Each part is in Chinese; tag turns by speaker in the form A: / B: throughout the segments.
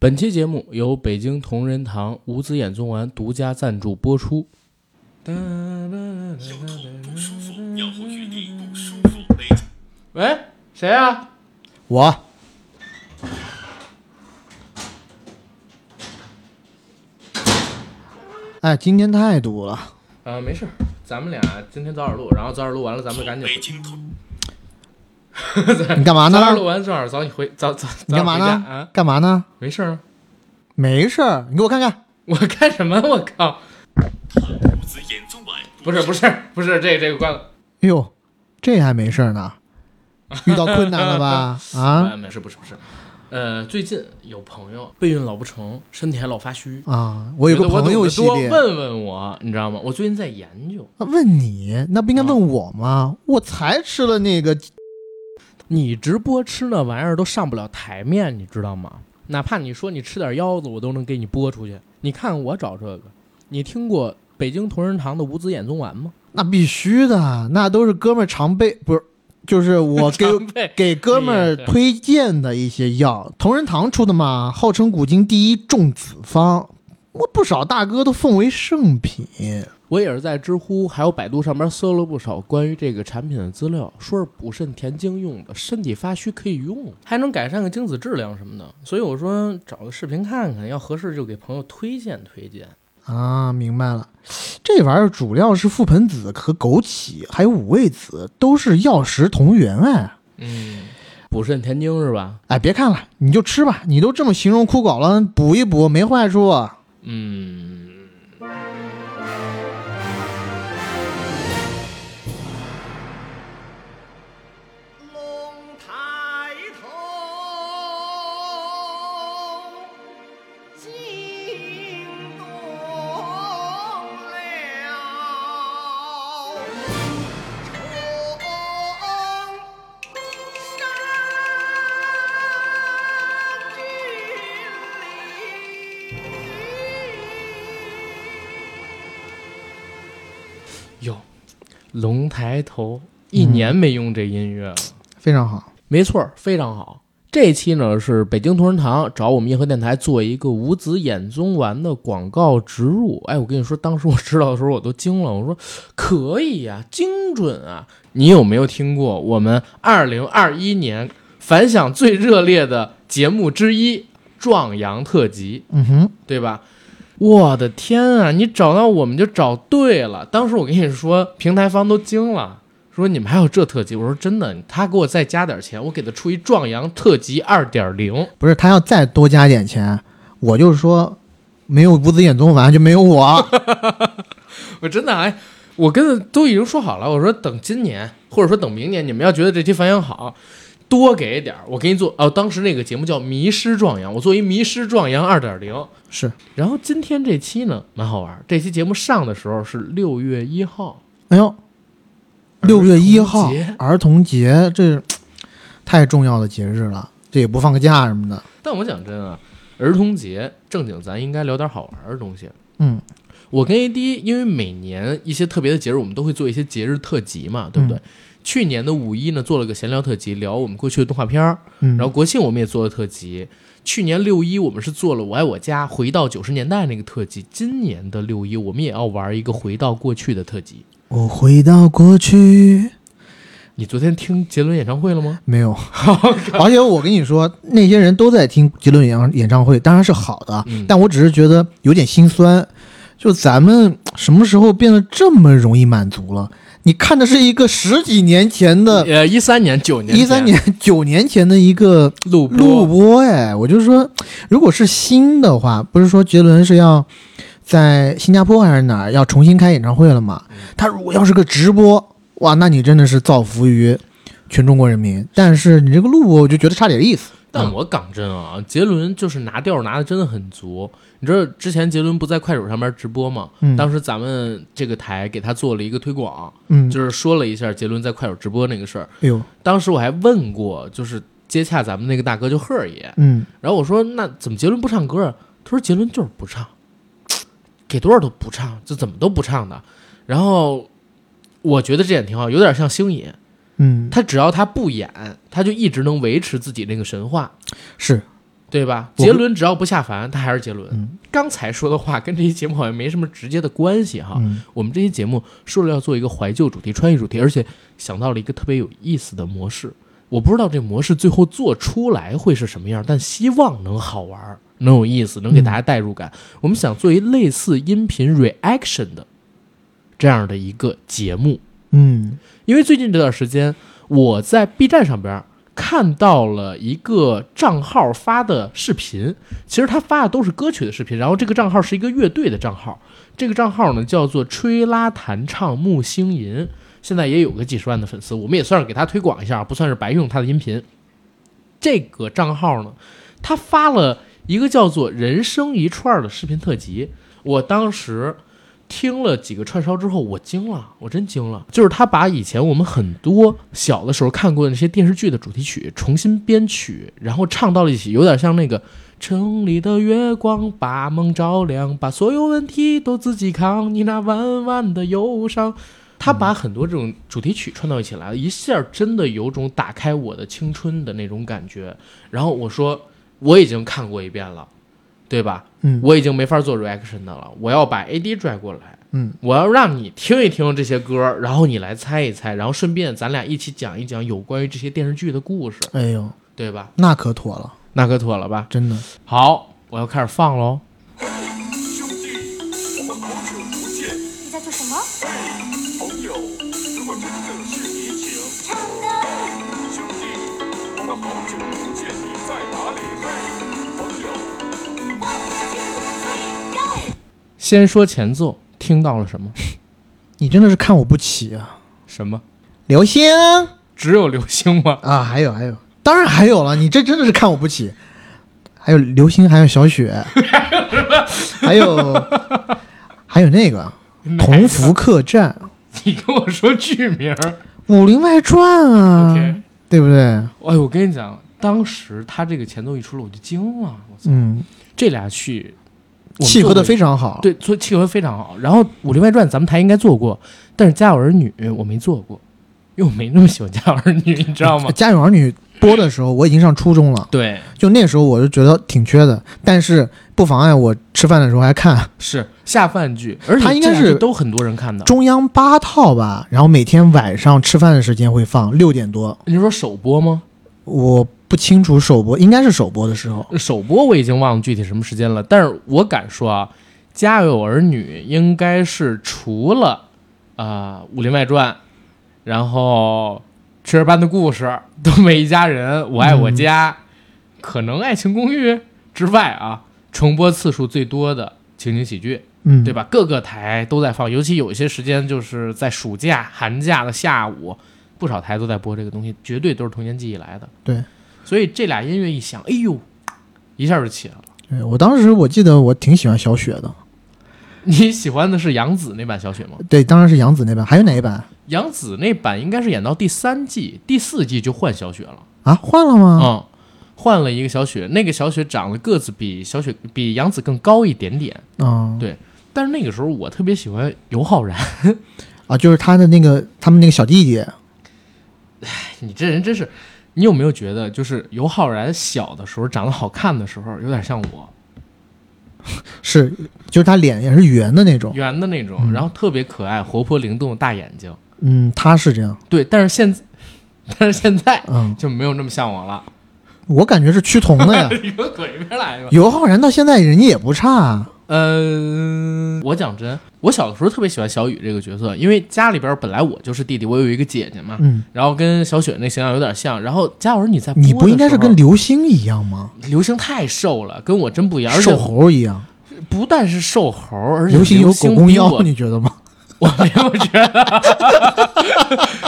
A: 本期节目由北京同仁堂五子衍宗丸独家赞助播出。
B: 腰痛不舒服，尿后余地不舒服，没
A: 喂，谁啊？
C: 我哎，今天太堵 了，
A: 啊，没事儿，咱们俩今天早点录，然后早点录完了，咱们赶紧
B: 北
A: 回。
B: 京同
C: 你干嘛
A: 早点
C: 呢
A: 录？完，正好早你回，早早
C: 你
A: 早点
C: 干嘛
A: 回家
C: 呢
A: 啊？？
C: 干嘛呢？
A: 没事儿啊，
C: 没事儿，你给我看看。
A: 我干什么？我靠！
B: 五子衍宗丸，
A: 不是不是不是，这个这个关了。
C: 哎呦，这还没事儿呢，遇到困难 了吧？啊
A: 啊，没事不是不是，呃，最近有朋友备孕老不成，身体还老发虚。
C: 啊！我有
A: 觉
C: 个
A: 得我
C: 朋
A: 懂
C: 友
A: 得
C: 系
A: 多
C: 列，
A: 问问我，你知道吗？我最近在研究，
C: 那问你，那不应该问我吗？我才吃了那个，
A: 你直播吃那玩意儿都上不了台面，你知道吗？哪怕你说你吃点腰子，我都能给你播出去。你看我找这个，你听过北京同仁堂的五子衍宗丸吗？
C: 那必须的，那都是哥们儿常备，不是，就是我给
A: 常备
C: 给哥们儿推荐的一些药，同仁堂出的嘛，号称古今第一种子方，我不少大哥都奉为圣品。
A: 我也是在知乎还有百度上面搜了不少关于这个产品的资料，说是补肾填精用的，身体发虚可以用，还能改善个精子质量什么的。所以我说找个视频看看，要合适就给朋友推荐推荐。
C: 啊，明白了，这玩意儿主料是覆盆子和枸杞，还有五味子，都是药食同源哎。
A: 嗯，补肾填精是吧？
C: 哎，别看了，你就吃吧，你都这么形容枯槁了，补一补没坏处。
A: 嗯，
D: 龙抬头，惊动了重山峻
A: 哟，龙抬头，一年没用这音乐了。
C: 非常好，
A: 没错儿，非常好。这期呢是北京同仁堂找我们叶和电台做一个五子衍宗丸的广告植入。哎，我跟你说，当时我知道的时候我都惊了，我说可以呀、精准啊！你有没有听过我们二零二一年反响最热烈的节目之一《壮阳特辑》？
C: 嗯哼，
A: 对吧？我的天啊！你找到我们就找对了。当时我跟你说，平台方都惊了，说你们还有这特辑？我说真的，他给我再加点钱，我给他出一壮阳特辑二点零。
C: 不是他要再多加点钱，我就说没有五子衍宗丸就没有我。
A: 我真的哎，我跟都已经说好了，我说等今年或者说等明年，你们要觉得这期反响好，多给点儿，我给你做。哦，当时那个节目叫《迷失壮阳》，我做一《迷失壮阳二点零》。
C: 是，
A: 然后今天这期呢，蛮好玩儿。这期节目上的时候是六月一号。
C: 哎呦，六月一
A: 儿童
C: 号
A: 节
C: 儿童节，这是太重要的节日了，这也不放个假什么的。
A: 但我讲真啊，儿童节正经咱应该聊点好玩的东西。
C: 嗯，
A: 我跟 AD 因为每年一些特别的节日，我们都会做一些节日特辑嘛，对不对？去年的五一呢，做了个闲聊特辑，聊我们过去的动画片儿。
C: 嗯
A: 然后国庆我们也做了特辑。去年六一我们是做了《我爱我家》，回到九十年代那个特辑。今年的六一我们也要玩一个回到过去的特辑。
C: 我回到过去，
A: 你昨天听杰伦演唱会了吗？
C: 没有。 而且我跟你说，那些人都在听杰伦演唱演唱会，当然是好的，
A: 嗯
C: 但我只是觉得有点心酸。就咱们什么时候变得这么容易满足了？你看的是一个十几年前的，
A: 呃，一三年、九年、
C: 一三年、九年前的一个
A: 录播
C: 录播哎，我就说，如果是新的话，不是说杰伦是要在新加坡还是哪儿要重新开演唱会了嘛？
A: 嗯
C: 他如果要是个直播，哇，那你真的是造福于全中国人民。但是你这个录播，我就觉得差点意思。
A: 但
C: 嗯
A: 我讲真啊，杰伦就是拿调儿拿的真的很足。你知道之前杰伦不在快手上面直播吗？
C: 嗯
A: 当时咱们这个台给他做了一个推广，
C: 嗯，
A: 就是说了一下杰伦在快手直播那个事儿。
C: 哎呦，
A: 当时我还问过，就是接洽咱们那个大哥就赫儿爷，
C: 嗯，
A: 然后我说那怎么杰伦不唱歌啊？他说杰伦就是不唱，给多少都不唱，就怎么都不唱的。然后我觉得这点挺好，有点像星爷，
C: 嗯，
A: 他只要他不演，他就一直能维持自己那个神话。
C: 是
A: 对吧？
C: 我
A: 杰伦只要不下凡，他还是杰伦。
C: 嗯
A: 刚才说的话跟这期节目好像没什么直接的关系哈。
C: 嗯
A: 我们这期节目说了要做一个怀旧主题、穿越主题，而且想到了一个特别有意思的模式。我不知道这模式最后做出来会是什么样，但希望能好玩儿、能有意思，能给大家代入感。
C: 嗯
A: 我们想做一类似音频 reaction 的这样的一个节目，
C: 嗯
A: 因为最近这段时间，我在 B 站上边看到了一个账号发的视频，其实他发的都是歌曲的视频，然后这个账号是一个乐队的账号，这个账号呢叫做吹拉弹唱木星银，现在也有个几十万的粉丝，我们也算是给他推广一下，不算是白用他的音频。这个账号呢，他发了一个叫做“人生一串”的视频特辑，我当时。听了几个串烧之后，我惊了，我真惊了。就是他把以前我们很多小的时候看过的那些电视剧的主题曲重新编曲，然后唱到了一起，有点像那个城里的月光把梦照亮，把所有问题都自己扛，你那弯弯的忧伤。他把很多这种主题曲串到一起来了，一下真的有种打开我的青春的那种感觉。然后我说我已经看过一遍了，对吧？
C: 嗯
A: 我已经没法做 reaction 的了，我要把 AD 拽过来，
C: 嗯，
A: 我要让你听一听这些歌，然后你来猜一猜，然后顺便咱俩一起讲一讲有关于这些电视剧的故事，
C: 哎呦，
A: 对吧？
C: 那可妥了，
A: 那可妥了吧？
C: 真的。
A: 好，我要开始放喽。
E: 兄弟，我们好久不见，
F: 你在做什么？
E: 朋友，如果真的是你请。
F: 唱歌。
E: 兄弟，我们好久不见，你在哪里？嘿，朋友。
A: 先说前奏，听到了什么？
C: 你真的是看我不起啊！
A: 什么？
C: 刘星
A: 只有流星 吗？
C: 啊，还有还有，当然还有了，你这真的是看我不起。还有刘星，还有小 雪，还有还有那个《同福客栈》《
A: 你跟我说剧名儿。
C: 武林外传》啊
A: OK
C: 对不对？
A: 哎，我跟你讲，当时他这个前奏一出来，我就惊了。我操，
C: 嗯，
A: 这俩剧我们
C: 契合
A: 做
C: 的
A: 过
C: 非常好。
A: 对，做契合非常好。然后《武林外传》咱们台应该做过，但是《家有儿女》我没做过，因为我没那么喜欢《家有儿女》，你知道 吗？
C: 《家有儿女》播的时候，我已经上初中了，
A: 对，
C: 就那时候我就觉得挺缺的，但是不妨碍我吃饭的时候还看
A: 是下饭剧，而且
C: 它应该
A: 这俩剧
C: 是
A: 都很多人看的。
C: 中央八套吧，然后每天晚上吃饭的时间会放六点多，
A: 你说首播吗？
C: 我不清楚首播，应该是首播的时候。
A: 首播我已经忘了具体什么时间了，但是我敢说啊，《家有儿女》应该是除了啊、呃武林外传》，然后《炊事班的故事》《东北一家人》《我爱我家》可能《爱情公寓》之外啊，重播次数最多的情景喜剧，
C: 嗯，
A: 对吧？各个台都在放，尤其有一些时间就是在暑假、寒假的下午，不少台都在播这个东西，绝对都是童年记忆来的。
C: 对，
A: 所以这俩音乐一响，哎呦，一下就起来了。
C: 对我当时我记得我挺喜欢小雪的，
A: 你喜欢的是杨紫那版小雪吗？
C: 对，当然是杨紫那版，还有哪一版
A: 杨紫那版应该是演到第三季、第四季就换小雪了，
C: 啊？换了吗？
A: 嗯，换了一个小雪，那个小雪长得个子比小雪比杨紫更高一点点，
C: 嗯，
A: 哦对但是那个时候我特别喜欢尤浩然，
C: 啊，就是他的那个他们那个小弟弟，
A: 你这人真是，你有没有觉得就是尤浩然小的时候长得好看的时候有点像我，
C: 是就是他脸也是圆的那种，
A: 圆的那种，然后特别可爱、活泼灵动的大眼睛，
C: 嗯，他是这样，
A: 对，但是现在 但是现在
C: 嗯，
A: 就没有那么向往了，。
C: 我感觉是趋同的呀
A: 你给我滚一边来吧。
C: 尤浩然到现在人家也不差啊，
A: 嗯，我讲真，我小的时候特别喜欢小雨这个角色，因为家里边本来我就是弟弟，我有一个姐姐嘛，
C: 嗯，
A: 然后跟小雪那形象有点像。然后家有儿女在播的
C: 你
A: 时候，
C: 不应该是跟刘星一样吗？
A: 刘星太瘦了，跟我真不一样，而且
C: 瘦猴一样，
A: 不但是瘦猴，而且
C: 刘星有狗公
A: 比
C: 腰，
A: 我
C: 你觉得吗？
A: 我没有觉得，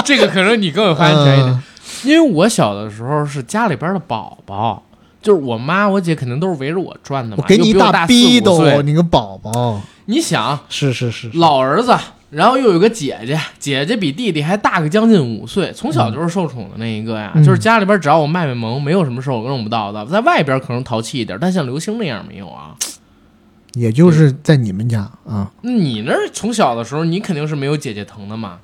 A: 这个可能你更有发言权一点，
C: 嗯
A: 因为我小的时候是家里边的宝宝，就是我妈我姐肯定都是围着我转的
C: 我
A: 嘛，
C: 给你一
A: 又比我
C: 大
A: 四
C: 逼
A: 五岁
C: 斗，哦你个宝宝。
A: 你想
C: 是是是，
A: 老儿子，然后又有个姐姐，姐姐比弟弟还大个将近五岁，从小就是受宠的那一个呀。
C: 嗯
A: 就是家里边只要我卖卖萌，没有什么事儿我弄不到的，在外边可能淘气一点，但像刘星那样没有啊。
C: 也就是在你们家啊，
A: 那你那儿从小的时候，你肯定是没有姐姐疼的嘛。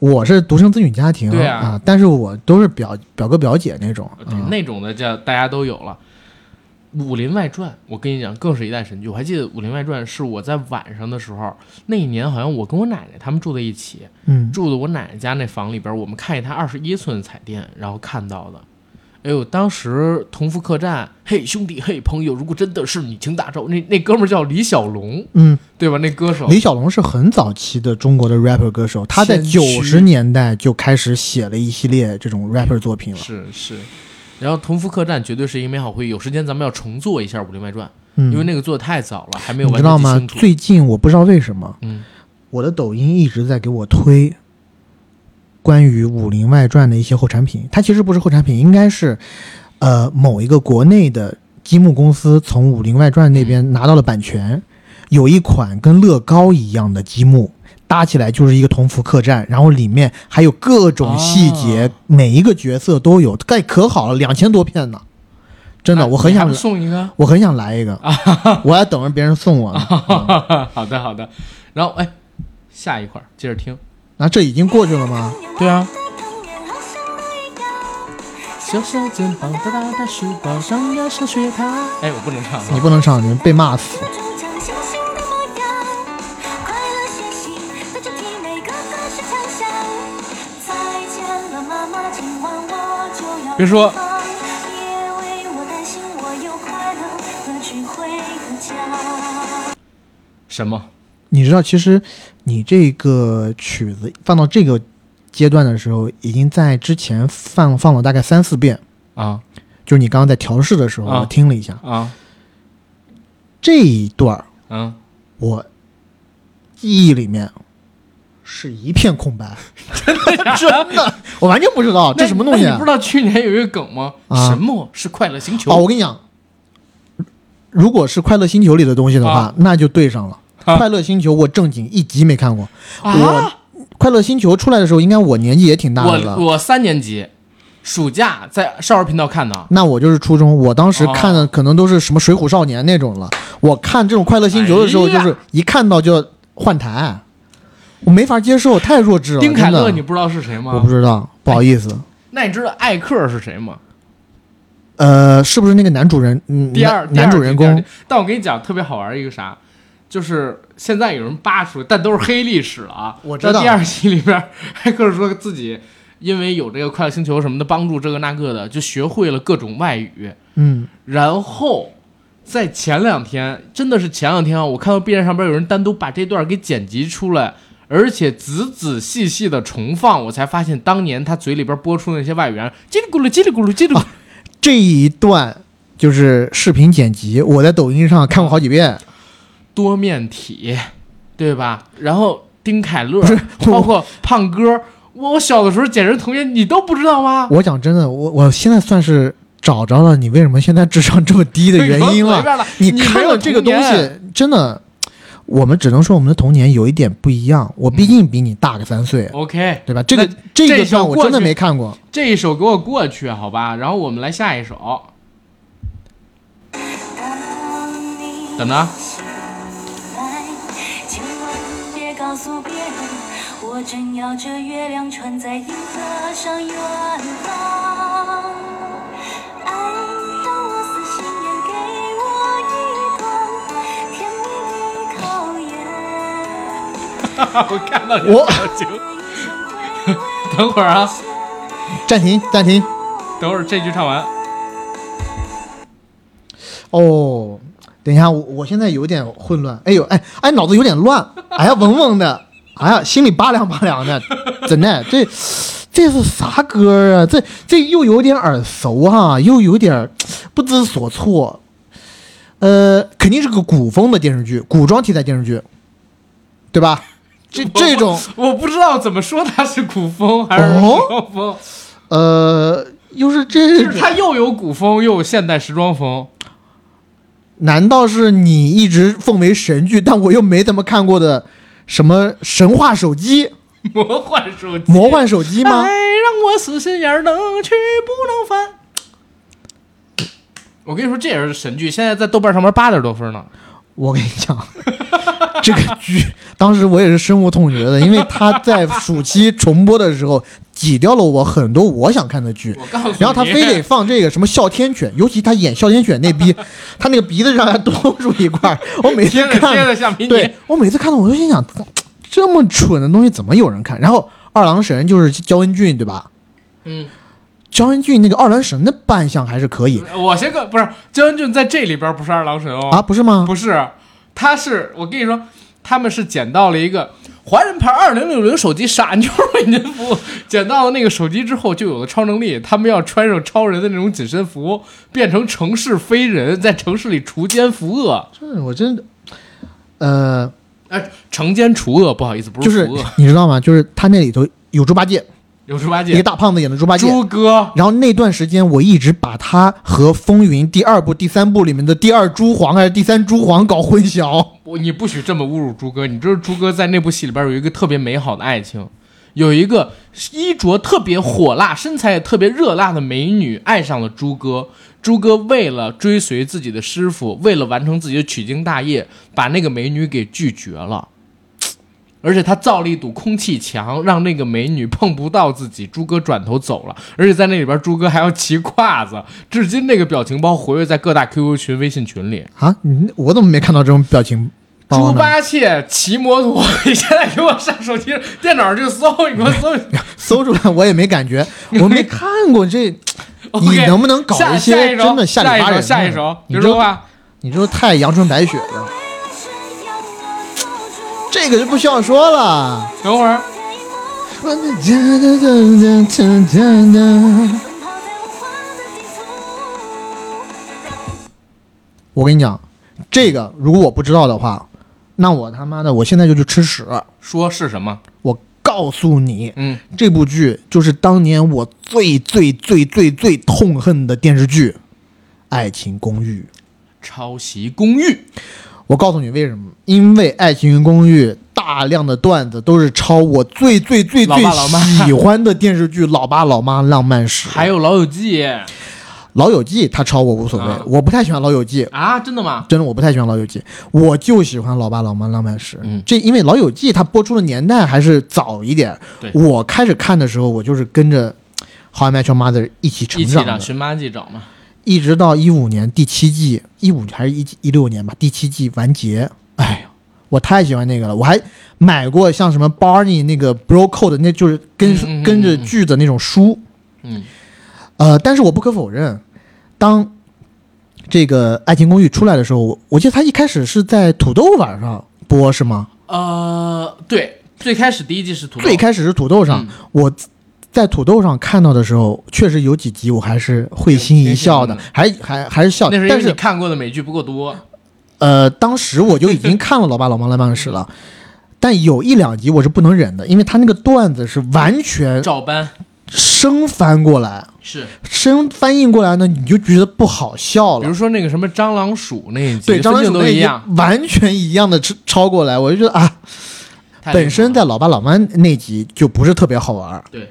C: 我是独生子女家庭，
A: 对啊呃
C: 啊但是我都是表表哥表姐那种，
A: 对
C: 啊，
A: 那种的叫大家都有了。 《武林外传》，我跟你讲，更是一代神剧。我还记得《武林外传》是我在晚上的时候，那一年好像我跟我奶奶他们住在一起，
C: 嗯，
A: 住的我奶奶家那房里边，我们看一台二十一寸彩电，然后看到的。哎呦，当时同福客栈，嘿兄弟，嘿朋友，如果真的是你，请打招呼。那那哥们儿叫李小龙，
C: 嗯，
A: 对吧？那歌手
C: 李小龙是很早期的中国的 rapper 歌手，他在
A: 先驱
C: 九十年代就开始写了一系列这种 rapper 作品了。
A: 是是。然后同福客栈绝对是一个美好回忆，有时间咱们要重做一下《武林外传》
C: 嗯，
A: 因为那个做的太早了，还没有
C: 你
A: 完
C: 知道
A: 全记
C: 吗
A: 清？楚。
C: 最近我不知道为什么，
A: 嗯，
C: 我的抖音一直在给我推关于《武林外传》的一些后产品。它其实不是后产品，应该是呃某一个国内的积木公司从《武林外传》那
A: 嗯
C: 边拿到了版权，有一款跟乐高一样的积木。搭起来就是一个同福客栈，然后里面还有各种细节，
A: 哦
C: 每一个角色都有，盖可好了，两千多片呢，真的，
A: 那
C: 我
A: 啊
C: 很
A: 你还
C: 想
A: 不送一个。
C: 我很想 来一个，我还等着别人送我呢。嗯
A: 好的好的，然后哎，下一块儿接着听。
C: 那、这已经过去了吗？
A: 对啊，
F: 小小肩膀，大大的书包上呀上学堂。
A: 哎，我不能唱
C: 你
A: 了。
C: 不能上，你们被骂死。
F: 主场星星的模样，快乐学习，在这体每个都是强项。再见了，妈妈，今晚我就要
A: 别说
F: 远方别为我担心，我有快乐的聚会和家。
A: 什么？
C: 你知道，其实你这个曲子放到这个阶段的时候，已经在之前放放了大概三四遍。
A: 啊
C: 就是你刚刚在调试的时候，
A: 啊
C: 我听了一下
A: 啊
C: 这一段儿，
A: 嗯，
C: 我记忆里面是一片空白，真的真的，我完全不知道这什么东西
A: 啊那
C: 啊
A: 你不知道去年有一个梗吗？
C: 啊
A: 什么是快乐星球？
C: 哦，我跟你讲，如果是《快乐星球》里的东西的话，
A: 啊
C: 那就对上
A: 啊
C: 了。快乐星球》我正经一集没看过，
A: 啊
C: 我《快乐星球》出来的时候，应该我年纪也挺大的
A: 我
C: 了。
A: 我三年级暑假在少儿频道看的。
C: 那我就是初中，我当时
A: 哦
C: 看的可能都是什么《水浒少年》那种了。我看这种《快乐星球》的时候，
A: 哎
C: 就
A: 呀
C: 是一看到就要换台，我没法接受，太弱智了。
A: 丁凯乐，
C: 啊真
A: 你
C: 的，
A: 不知道是谁吗？
C: 我不知道，不好意思。
A: 那你知道艾克是谁吗？
C: 呃，是不是那个男主人？嗯，
A: 哎第二
C: 男男主人。
A: 第二
C: 公
A: 集但我跟你讲，特别好玩一个啥，就是现在有人扒出，但都是黑历史了啊。
C: 我知道
A: 到第二期里边，黑客说自己因为有这个快乐星球什么的帮助，这个那个的，就学会了各种外语。
C: 嗯，
A: 然后在前两天，真的是前两天啊，我看到 B 站上边有人单独把这段给剪辑出来，而且仔仔细细的重放，我才发现当年他嘴里边播出那些外语啊，叽里咕噜叽里咕噜叽里咕噜。
C: 这一段就是视频剪辑，我在抖音上看过好几遍。
A: 多面体，对吧？然后丁凯乐
C: 是，
A: 包括胖哥，我我小的时候简直童颜，你都不知道吗？
C: 我讲真的，我我现在算是找着了你为什么现在智商这么低的原因
A: 随
C: 了。
A: 便了，
C: 你
A: 没
C: 看
A: 有
C: 了这个
A: 童
C: 东
A: 年
C: 西，真的，我们只能说我们的童年有一点不一样。我毕竟比你大个三岁，
A: ，OK，
C: 对吧？这个
A: 嗯哦那
C: 这
A: 这
C: 个
A: 首
C: 段我
A: 过
C: 真的
A: 去
C: 没看过。
A: 这一首给我过去，好吧？然后我们来下一首，
F: 当你
A: 等着。
F: 来，千万别告诉别人，我正要这月亮船在银河上远方。爱，当我死心眼，给我一段甜蜜的考验。
A: 我看到你
C: 我
A: 表情。等会儿啊，
C: 暂停，暂停。
A: 等会儿这句唱完，
C: 哦，等一下，我我现在有点混乱。哎呦，哎哎，脑子有点乱，哎呀，嗡嗡的，哎呀，心里拔凉拔凉的，真的，这这是啥歌啊？这这又有点耳熟哈、又有点儿不知所措。呃，肯定是个古风的电视剧，古装题材电视剧，对吧？这这种
A: 我我不知道怎么说它是古风还是
C: 哦
A: 时装风，
C: 呃，又是
A: 就
C: 这
A: 是它又有古风又有现代时装风。
C: 难道是你一直奉为神剧，但我又没怎么看过的什么神话手机、
A: 魔幻手机，
C: 魔幻手机吗
A: 哎，？让我死心眼儿能去不能返。我跟你说，这也是神剧，现在在豆瓣上面八点多分呢。
C: 我跟你讲，这个剧当时我也是深恶痛绝的，因为它在暑期重播的时候挤掉了我很多我想看的剧。
A: 我告诉你，
C: 然后他非得放这个什么哮天犬，尤其他演哮天犬那逼， 他那个鼻子上还多出一块儿，我每次
A: 贴着贴
C: 看，
A: 着橡皮泥
C: 对，我每次看到我就心想，这么蠢的东西怎么有人看？然后二郎神就是焦恩俊对吧？
A: 嗯，
C: 焦恩俊那个二郎神的扮相还是可以
A: 我先个不是焦恩俊在这里边不是二郎神哦
C: 啊，不是吗？
A: 不是，他是我跟你说，他们是捡到了一个华人牌二零六零手机傻妞为您服 务，捡到了那个手机之后就有了超能力，他们要穿上超人的那种紧身服，变成城市飞人，在城市里锄奸扶恶，
C: 是嗯我真的，呃，
A: 哎，惩奸除恶，不好意思，不
C: 就是是
A: 除恶，
C: 你知道吗？就是他那里头有猪八戒，
A: 有猪八
C: 一个
A: 戒，
C: 大胖子演的猪八戒。
A: 猪哥，
C: 然后那段时间，我一直把他和《风云》第二部、第三部里面的第二猪皇还是第三猪皇搞混淆。
A: 我你不许这么侮辱猪哥，你知道猪哥在那部戏里边有一个特别美好的爱情。有一个衣着特别火辣、身材也特别热辣的美女爱上了猪哥。猪哥为了追随自己的师傅，为了完成自己的取经大业，把那个美女给拒绝了。而且他造了一堵空气墙，让那个美女碰不到自己。猪哥转头走了，而且在那里边，猪哥还要骑胯子。至今那个表情包活跃在各大 QQ 群、微信群里。
C: 啊，你我怎么没看到这种表情包
A: 猪
C: 呢？
A: 八戒骑摩托，你现在给我上手机、电脑上去搜，你给我 搜。
C: 搜出来我也没感觉，我没看过这，你
A: OK，
C: 能不能搞
A: 下
C: 一些
A: 下一首
C: 真的下
A: 下
C: 里巴
A: 一首，
C: 人的嗯
A: 下一首，
C: 你
A: 你
C: 就
A: 说吧。
C: 你这太阳春白雪了，这个就不需要 说了。
A: 等会儿，
C: 我跟你讲，这个如果我不知道的话，那我他妈的我现在就去吃屎。
A: 说是什么？
C: 我告诉你，
A: 嗯，
C: 这部剧就是当年我最最最最最痛恨的电视剧《爱情公寓》。
A: 抄袭公寓。
C: 我告诉你为什么？因为《爱情公寓》大量的段子都是抄我最最最最
A: 老爸老妈
C: 喜欢的电视剧《老爸老妈浪漫史》，
A: 还有《老友记》
C: 《老友记》，他抄我无所谓，
A: 啊
C: 我不太喜欢《老友记》。
A: 啊？真的吗？
C: 真的，我不太喜欢《老友记》，我就喜欢《老爸老妈浪漫史》。
A: 嗯
C: 这因为《老友记》它播出的年代还是早一点
A: 对。
C: 我开始看的时候，我就是跟着《How I Met Your Mother》一起成
A: 一起
C: 长的
A: 找，寻妈记找嘛。
C: 一直到一五年第七季，一五还是一一六年吧，第七季完结。哎呀，我太喜欢那个了，我还买过像什么 Barney 那个 Bro Code，那就是跟、
A: 嗯嗯嗯
C: 跟着剧的那种书。
A: 嗯，
C: 呃，但是我不可否认，当这个《爱情公寓》出来的时候，我我记得它一开始是在土豆晚上播是吗？
A: 呃，对，最开始第一季是土豆，嗯
C: 最开始是土豆上，我在土豆上看到的时候，确实有几集我还是会心一笑的
A: 挺，
C: 还还还是笑。
A: 那是因
C: 但
A: 为
C: 是
A: 你看过的美剧不够多。
C: 呃，当时我就已经看了《老爸老妈浪漫史》了，但有一两集我是不能忍的，因为他那个段子是完全
A: 照搬
C: 生翻过来，
A: 是，
C: 生翻译过来呢，你就觉得不好笑
A: 比
C: 了
A: 如。说那个什么蟑螂鼠那一集，
C: 对，张
A: 分镜
C: 兰鼠
A: 都
C: 那
A: 一
C: 集
A: 样。
C: 完全一样的抄抄过来，我就觉得啊，
A: 太厉害
C: 本身
A: 了
C: 在《老爸老妈》那集就不是特别好玩儿。
A: 对，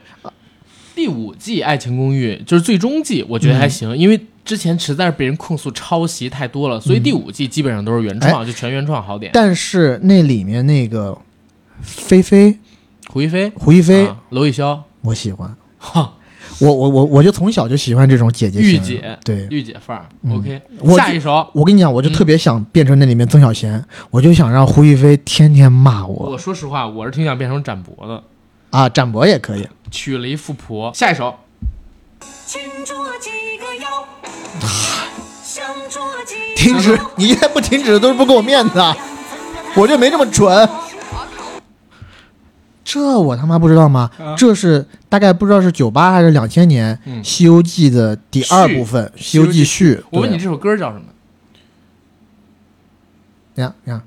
A: 第五季《爱情公寓》就是最终季，我
C: 嗯
A: 觉得还行，因为之前实在是被人控诉抄袭太多了，所以第五季基本上都是原创，就全原创好点。
C: 嗯哎但是那里面那个菲菲
A: 胡一菲、
C: 胡一菲，
A: 啊娄艺潇、
C: 我喜欢，
A: 哈
C: 我我我我就从小就喜欢这种姐姐
A: 御
C: 型
A: 姐
C: 的，对，
A: 御姐范儿。
C: 嗯
A: OK，
C: 我
A: 下
C: 就
A: 一首，
C: 我跟你讲，我就
A: 嗯
C: 特别想变成那里面曾小贤，我就想让胡一菲天天骂我
A: 我说实话，我是挺想变成展博的，
C: 啊，展博也可以。
A: 娶了一富婆。下一首，
F: 牵住了几个腰，想住了几个
C: 停止，你一再不停止都是不给我面子啊，我这没这么蠢。这我他妈不知道吗？这是大概不知道是九八还是两千年
A: 啊嗯
C: 《西游记》的第二
A: 续
C: 部分《
A: 西
C: 西
A: 游
C: 游
A: 记
C: 记续》对。
A: 我问你这首歌叫什么？
C: 你看，你看，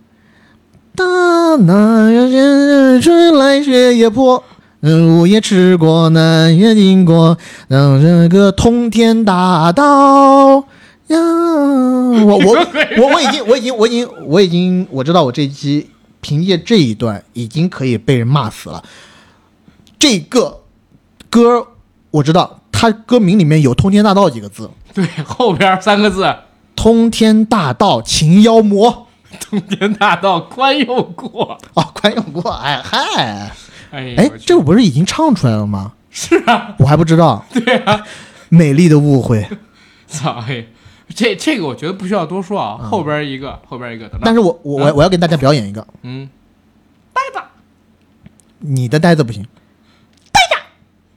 C: 大南园深，春来雪也破。嗯，我也吃过，南也经过，让这个通天大道呀！我我我我已经我已经我已经我已经我知道我这一期凭借这一段已经可以被人骂死了。这个歌我知道，它歌名里面有“通天大道”几个字，“
A: 对，后边三个字，
C: 通天大道擒妖魔
A: 通天大道宽又过。”。
C: 哦，关永过，哎嗨。
A: 哎呦，
C: 哎
A: 我，去
C: 这个不是已经唱出来了吗？
A: 是啊，
C: 我还不 知道。对啊，美丽的误会。
A: 操嘿，这这个我觉得不需要多说啊。后边一个，后边一个，等等
C: 嗯但是我我我
A: 啊
C: 我要给大家表演一个，
A: 嗯，
C: 你的呆子不行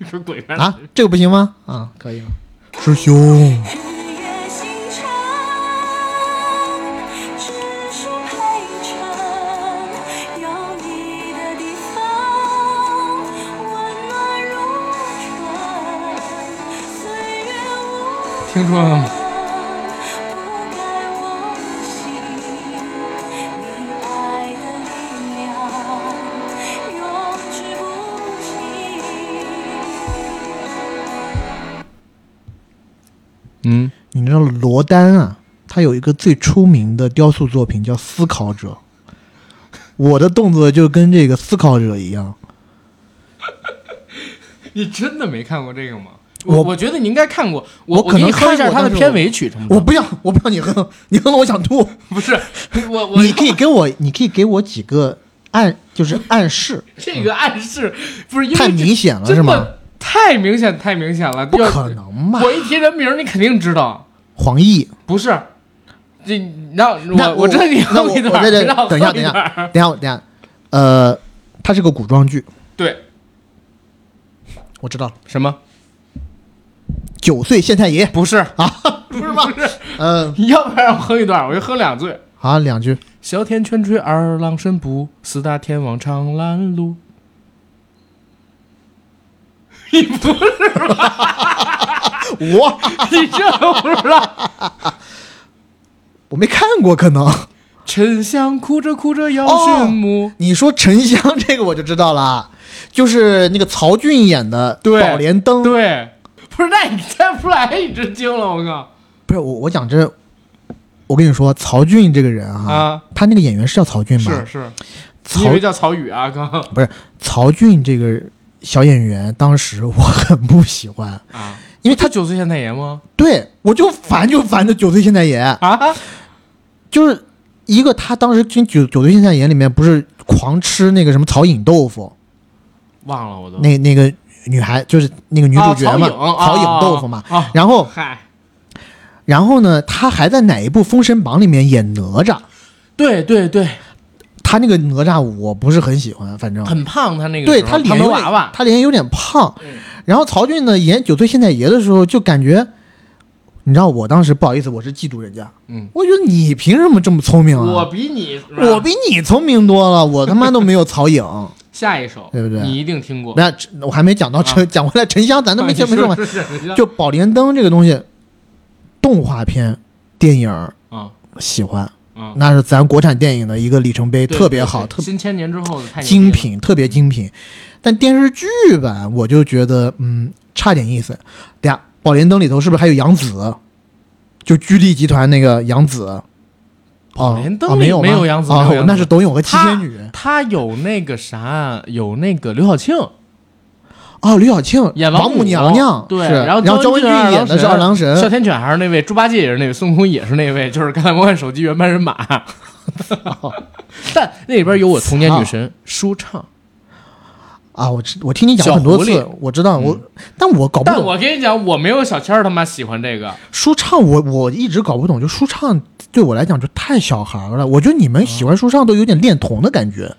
A: 是鬼片
C: 啊，这个不行吗？啊，可以啊。师兄，
F: 日月星辰，只是陪衬。有你的地方，温暖如春。岁月无
A: 听说了
F: 常，
A: 吗？
F: 不改我心。你爱的力量，永志不息。
A: 嗯，
C: 你知道罗丹啊，他有一个最出名的雕塑作品叫《思考者》，我的动作就跟这个《思考者》一样。
A: 你真的没看过这个吗？
C: 我
A: 我觉得你应该看过，
C: 我可
A: 给
C: 能
A: 你哼一
C: 看
A: 下
C: 过
A: 它的
C: 但是
A: 片
C: 我
A: 尾曲，成不
C: 我
A: 成？
C: 不要，我不要你哼，你哼了我想吐。
A: 不是我我
C: 你可以给我，你可以给我几个暗，就是暗示，
A: 这个暗示不是因为
C: 太
A: 这
C: 明显了
A: 真
C: 是吗
A: 的太明显，太明显了，
C: 不
A: 要
C: 可能吧
A: 我一提人名儿，你肯定知道，
C: 黄奕。
A: 不是？这那
C: 那
A: 我我知道你
C: 那
A: 要
C: 我
A: 一段
C: 我
A: 儿，
C: 在这
A: 你让我
C: 等一下，
A: 哼
C: 等一
A: 段
C: 下，
A: 儿
C: 等一下，等一下，呃，它是个古装剧，
A: 对
C: 我知道了。
A: 什么？
C: 九岁县太爷
A: 不是，
C: 啊，不是吗？嗯，
A: 你要不然让我哼一段儿，我就哼两句。
C: 好，两句。
A: 萧天泉吹二郎神不，四大天王长拦路。 你不是吧？
C: 我
A: 你这都不啊知道？
C: 我没看过，可能
A: 沉香哭着哭着要寻母，
C: 你说沉香这个我就知道了，就是那个曹骏演的
A: 对
C: 《宝莲灯》。
A: 对，哦不是，那你猜不出来，你真惊了，我靠！
C: 不是我，我讲这，我跟你说，曹骏这个人啊，
A: 啊
C: 他那个演员是叫曹骏吗？
A: 是是，你以
C: 曹
A: 为叫曹宇啊？刚
C: 不是曹骏这个小演员，当时我很不喜欢，
A: 啊，
C: 因为
A: 他
C: 他
A: 九岁现代爷吗？
C: 对我就烦就烦这九岁现代爷，
A: 啊，
C: 就是一个他当时跟九九岁现代爷里面不是狂吃那个什么草饮豆腐，
A: 忘了我都。
C: 那那个女孩就是那个女主角嘛，
A: 啊曹
C: 草
A: 颖
C: 饮
A: 啊
C: 豆腐嘛
A: 啊啊，
C: 然后
A: 嗨，
C: 然后呢，他还在哪一部《封神榜》里面演哪吒？
A: 对对对，
C: 他那个哪吒我不是很喜欢，反正
A: 很胖，他那个啊
C: 对
A: 时候
C: 他脸
A: 胖头
C: 有点
A: 娃娃，
C: 他脸有点胖。
A: 嗯
C: 然后曹骏呢演九岁现代爷的时候，就感觉，你知道我当时不好意思，我是嫉妒人家，
A: 嗯，
C: 我觉得你凭什么这么聪明
A: 我
C: 啊？
A: 比你，是吧
C: 我比你聪明多了，我他妈都没有曹颖。
A: 下一首，
C: 对不对
A: 你一定听过。
C: 那我还没讲到
A: 啊
C: 陈，讲回来沉香，咱都没
A: 听
C: 讲没说完。就《宝莲灯》这个东西，动画片、电影儿
A: 啊
C: 喜欢，
A: 啊，
C: 那是咱国产电影的一个里程碑，
A: 对
C: 特别
A: 对
C: 好，
A: 对
C: 特
A: 新千年之后的太牛逼
C: 精
A: 了，
C: 品，特别精品。但电视剧版我就觉得，嗯，差点意思。等下，《宝莲灯》里头是不是还有杨紫？就居力集团那个杨紫。哦
A: 宝莲灯
C: 哦
A: 里
C: 没有
A: 没
C: 吗
A: 有杨紫
C: 哦
A: 没有杨紫
C: 那是董永和七
A: 他
C: 仙女
A: 他有那个啥，有那个刘晓庆
C: 哦，吕晓庆
A: 演
C: 王
A: 母
C: 娘娘
A: 对，
C: 是然
A: 后
C: 后
A: 张
C: 文
A: 俊
C: 演的是二郎神，
A: 哮天犬还是那位，猪八戒也是那位，孙悟空也是那位， 就是刚才魔幻手机原班人马。但那里边有我童年女神舒畅，
C: 啊，我知我听你讲过很多
A: 小
C: 次
A: 狐狸，嗯
C: 我知道我，但我搞不
A: 但
C: 懂
A: 我跟你讲，我没有小千儿他妈喜欢这个，
C: 舒畅我，我一直搞不懂，就舒畅对我来讲就太小孩儿了。我觉得你们
A: 嗯
C: 喜欢舒畅都有点恋童的感觉，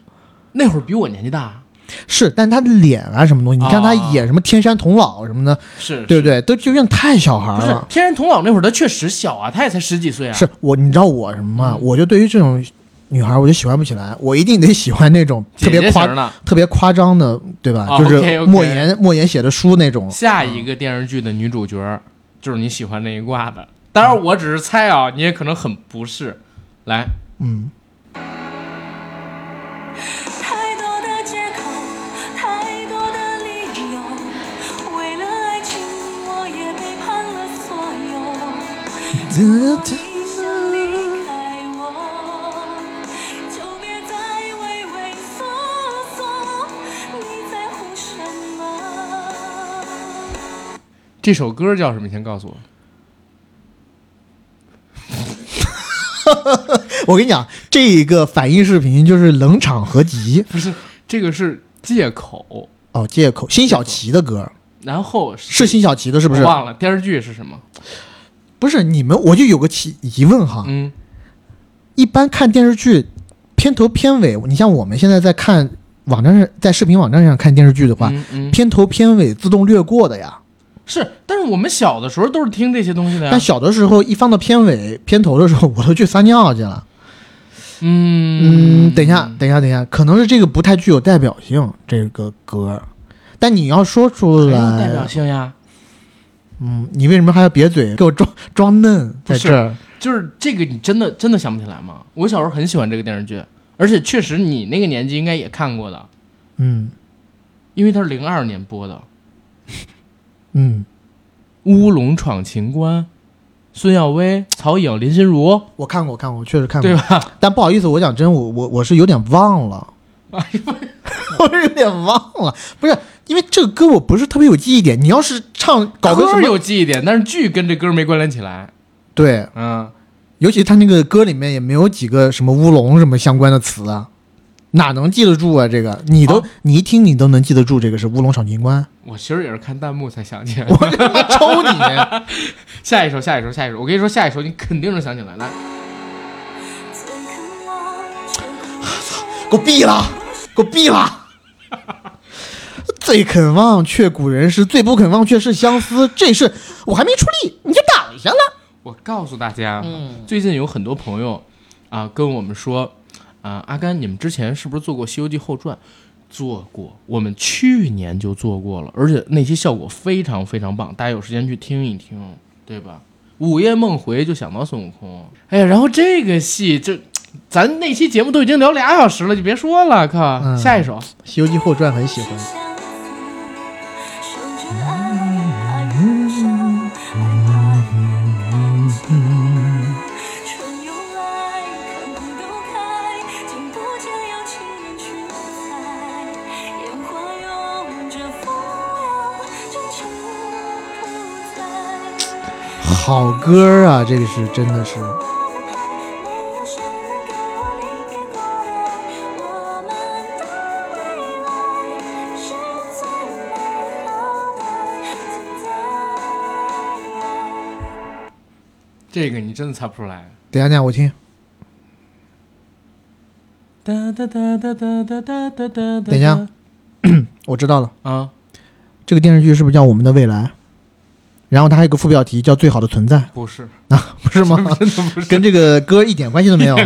A: 那会儿比我年纪大，
C: 是，但他的脸啊什么东西，你看他
A: 啊
C: 演什么天山童姥什么的，
A: 是
C: 对不对？都就有点太小孩
A: 不
C: 儿
A: 是
C: 了。
A: 天然童姥那会儿他确实小啊，他也才十几岁啊，
C: 是我，你知道我什么吗？
A: 嗯
C: 我就对于这种女孩儿，我就喜欢不起来，我一定得喜欢 那种特
A: 姐姐
C: 别夸
A: 型的。
C: 特别夸张的，对吧？
A: 啊
C: 就是莫
A: OK，OK
C: 言莫言写的书那种。
A: 下一
C: 嗯
A: 个电视剧的女主角就是你喜欢那一挂的，当然我只是猜啊，你也可能很不是。来，
C: 嗯，
F: 太多的借口，太多的理由，为了爱情我也背叛了所有。你想离开我，就别再畏畏缩缩，你在乎什么？
A: 这首歌叫什么？你先告诉我。
C: 我跟你讲，这一个反应视频就是冷场合集
A: 不是，这个是借口。
C: 哦，借口辛晓琪的歌，
A: 然后
C: 是辛晓琪的，是不是
A: 我？忘了电视剧是什么？
C: 不是你们，我就有个奇疑问哈。
A: 嗯，
C: 一般看电视剧，片头片尾，你像我们现在在看网站上，在视频网站上看电视剧的话，
A: 嗯嗯，
C: 片头片尾自动略过的呀。
A: 是，但是我们小的时候都是听这些东西的呀
C: 但。小的时候，一放到片尾片头的时候，我都去撒尿去了。
A: 嗯
C: 嗯，等一下，等一下，等一下，可能是这个不太具有代表性，这个歌。但你要说出
A: 很有哎代表
C: 来，
A: 性呀。
C: 嗯，你为什么还要瘪嘴，给我装装嫩在
A: 不是
C: 这儿？
A: 就是这个，你真的真的想不起来吗？我小时候很喜欢这个电视剧，而且确实你那个年纪应该也看过的，
C: 嗯
A: 因为它是零二年播的
C: 嗯，
A: 《乌龙闯情关》，孙耀威、曹颖、林心如，
C: 我看过，我看过，我确实看
A: 对
C: 过。
A: 吧？
C: 但不好意思，我讲真，我我我是有点 忘了，
A: 哎
C: 我是有点忘了，不是因为这个歌我不是特别有记忆点。你要是唱搞个
A: 歌
C: 什
A: 儿
C: 么，
A: 有记忆点，但是剧跟这歌儿没关联起来。
C: 对，
A: 嗯，
C: 尤其他那个歌里面也没有几个什么乌龙什么相关的词啊，哪能记得住啊？这个你都、
A: 啊
C: 你一听你都能记得住，这个是乌龙闯情关，
A: 我其实也是看弹幕才想起来的。
C: 我他妈抽你！
A: 下一首，下一首，下一首，我跟你说，下一首你肯定能想起来。来，
F: 最渴望这故事
C: 给我毙了，给我毙了！最肯忘却古人诗，最不肯忘却是相思。这事我还没出力，你就打一下了。
A: 我告诉大家，最近有很多朋友啊跟我们说，啊阿甘，你们之前是不是做过《西游记后传》？做过，我们去年就做过了，而且那期效果非常非常棒，大家有时间去听一听，对吧？午夜梦回就想到孙悟空，哎呀，然后这个戏就，咱那期节目都已经聊俩小时了，就别说了，靠，
C: 嗯
A: 下一首，
C: 《西游记后传》很喜欢。
F: 相思，守着爱，爱如烧，爱怕雨开季，春又来，看不都开，听不见有情人去采，烟花拥着风摇，真情不在。
C: 好歌啊，这个是真的是。
F: 没有谁能给我离开过来，我们的未来是最美好的存在。
A: 这个你真的猜不出来。
C: 等一下，等一下，我听。
A: 哒哒哒哒哒哒哒哒哒。
C: 等一下我知道了，
A: 啊，
C: 这个电视剧是不是叫《我们的未来》？然后它还有个副标题叫《最好的存在》
A: 不是，
C: 啊，不是吗？
A: 真的 不是。
C: 跟这个歌一点关 系都没有，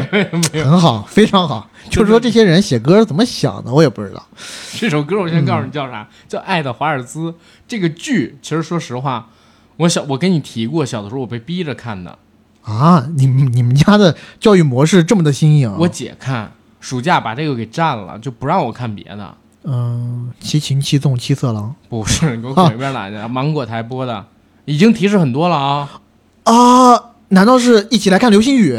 C: 很好，非常好。就是说这些人写歌怎么想的，我也不知道。
A: 这首歌我先告诉你叫啥，叫《爱的华尔兹》。这个剧其实说实话，我小我跟你提过，小的时候我被逼着看的，
C: 啊，你们你们家的教育模式这么的新颖？
A: 我姐看。暑假把这个给占了，就不让我看别的。
C: 嗯、七擒七纵七色狼
A: 不是， 你给我滚一边来去！芒果台播的，已经提示很多了啊，
C: 啊？难道是一起来看流星雨？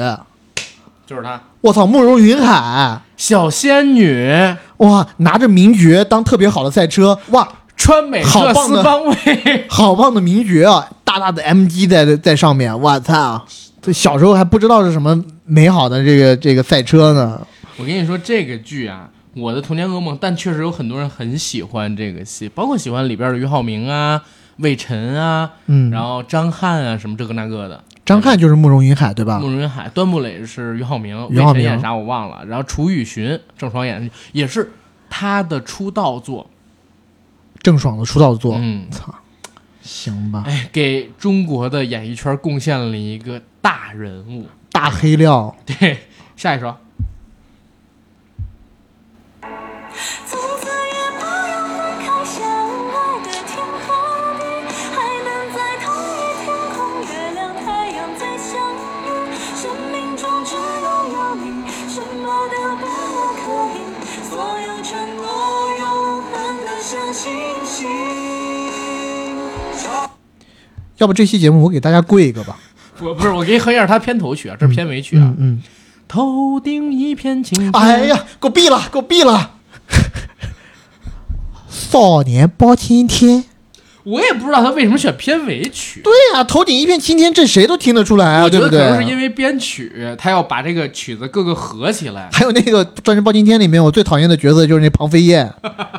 A: 就是她
C: 我操，慕容云海
A: 小仙女、
C: 哇，拿着名爵当特别好的赛车哇，
A: 川美
C: 好
A: 克
C: 棒
A: 斯
C: 的
A: 邦卫，
C: 好棒的名爵啊！大大的 MG 在在上面，我操！这小时候还不知道是什么美好的这个这个赛车呢。
A: 我跟你说这个剧啊，我的童年噩梦，但确实有很多人很喜欢这个戏，包括喜欢里边的俞灏明啊、魏晨啊，
C: 嗯
A: 然后张翰啊什么这个那个的。
C: 张翰就是慕容云海对吧
A: 慕？容云海、端木磊是俞灏明，
C: 俞灏
A: 魏晨
C: 啊明
A: 演啥我忘了。然后楚雨荨、郑爽演的也是他的出道作。
C: 郑爽的出道作，
A: 嗯，
C: 操，行吧，
A: 哎，给中国的演艺圈贡献了一个大人物。
C: 大黑料
A: 对，下一首。
F: 从此也不要分开，相爱的天和地，还能在同一天空，月亮太阳再相遇。生命中只有有你，什么都别无可以，所有承诺永恒的像星星。
C: 要不这期节目我给大家跪一个吧？
A: 我不是，我给你哼一下他片头曲啊，这是片尾曲啊。
C: 嗯嗯。
A: 头顶一片青天。
C: 哎呀，给我毙了，给我毙了！ 少年包青天，
A: 我也不知道他为什么选片尾曲。
C: 对呀、头顶一片青天，这谁都听得出来啊，
A: 我觉得
C: 对不
A: 可
C: 对？
A: 能是因为编曲，他要把这个曲子各个合起来。
C: 还有那个《钻石包青天》里面，我最讨厌的角色就是那庞飞燕，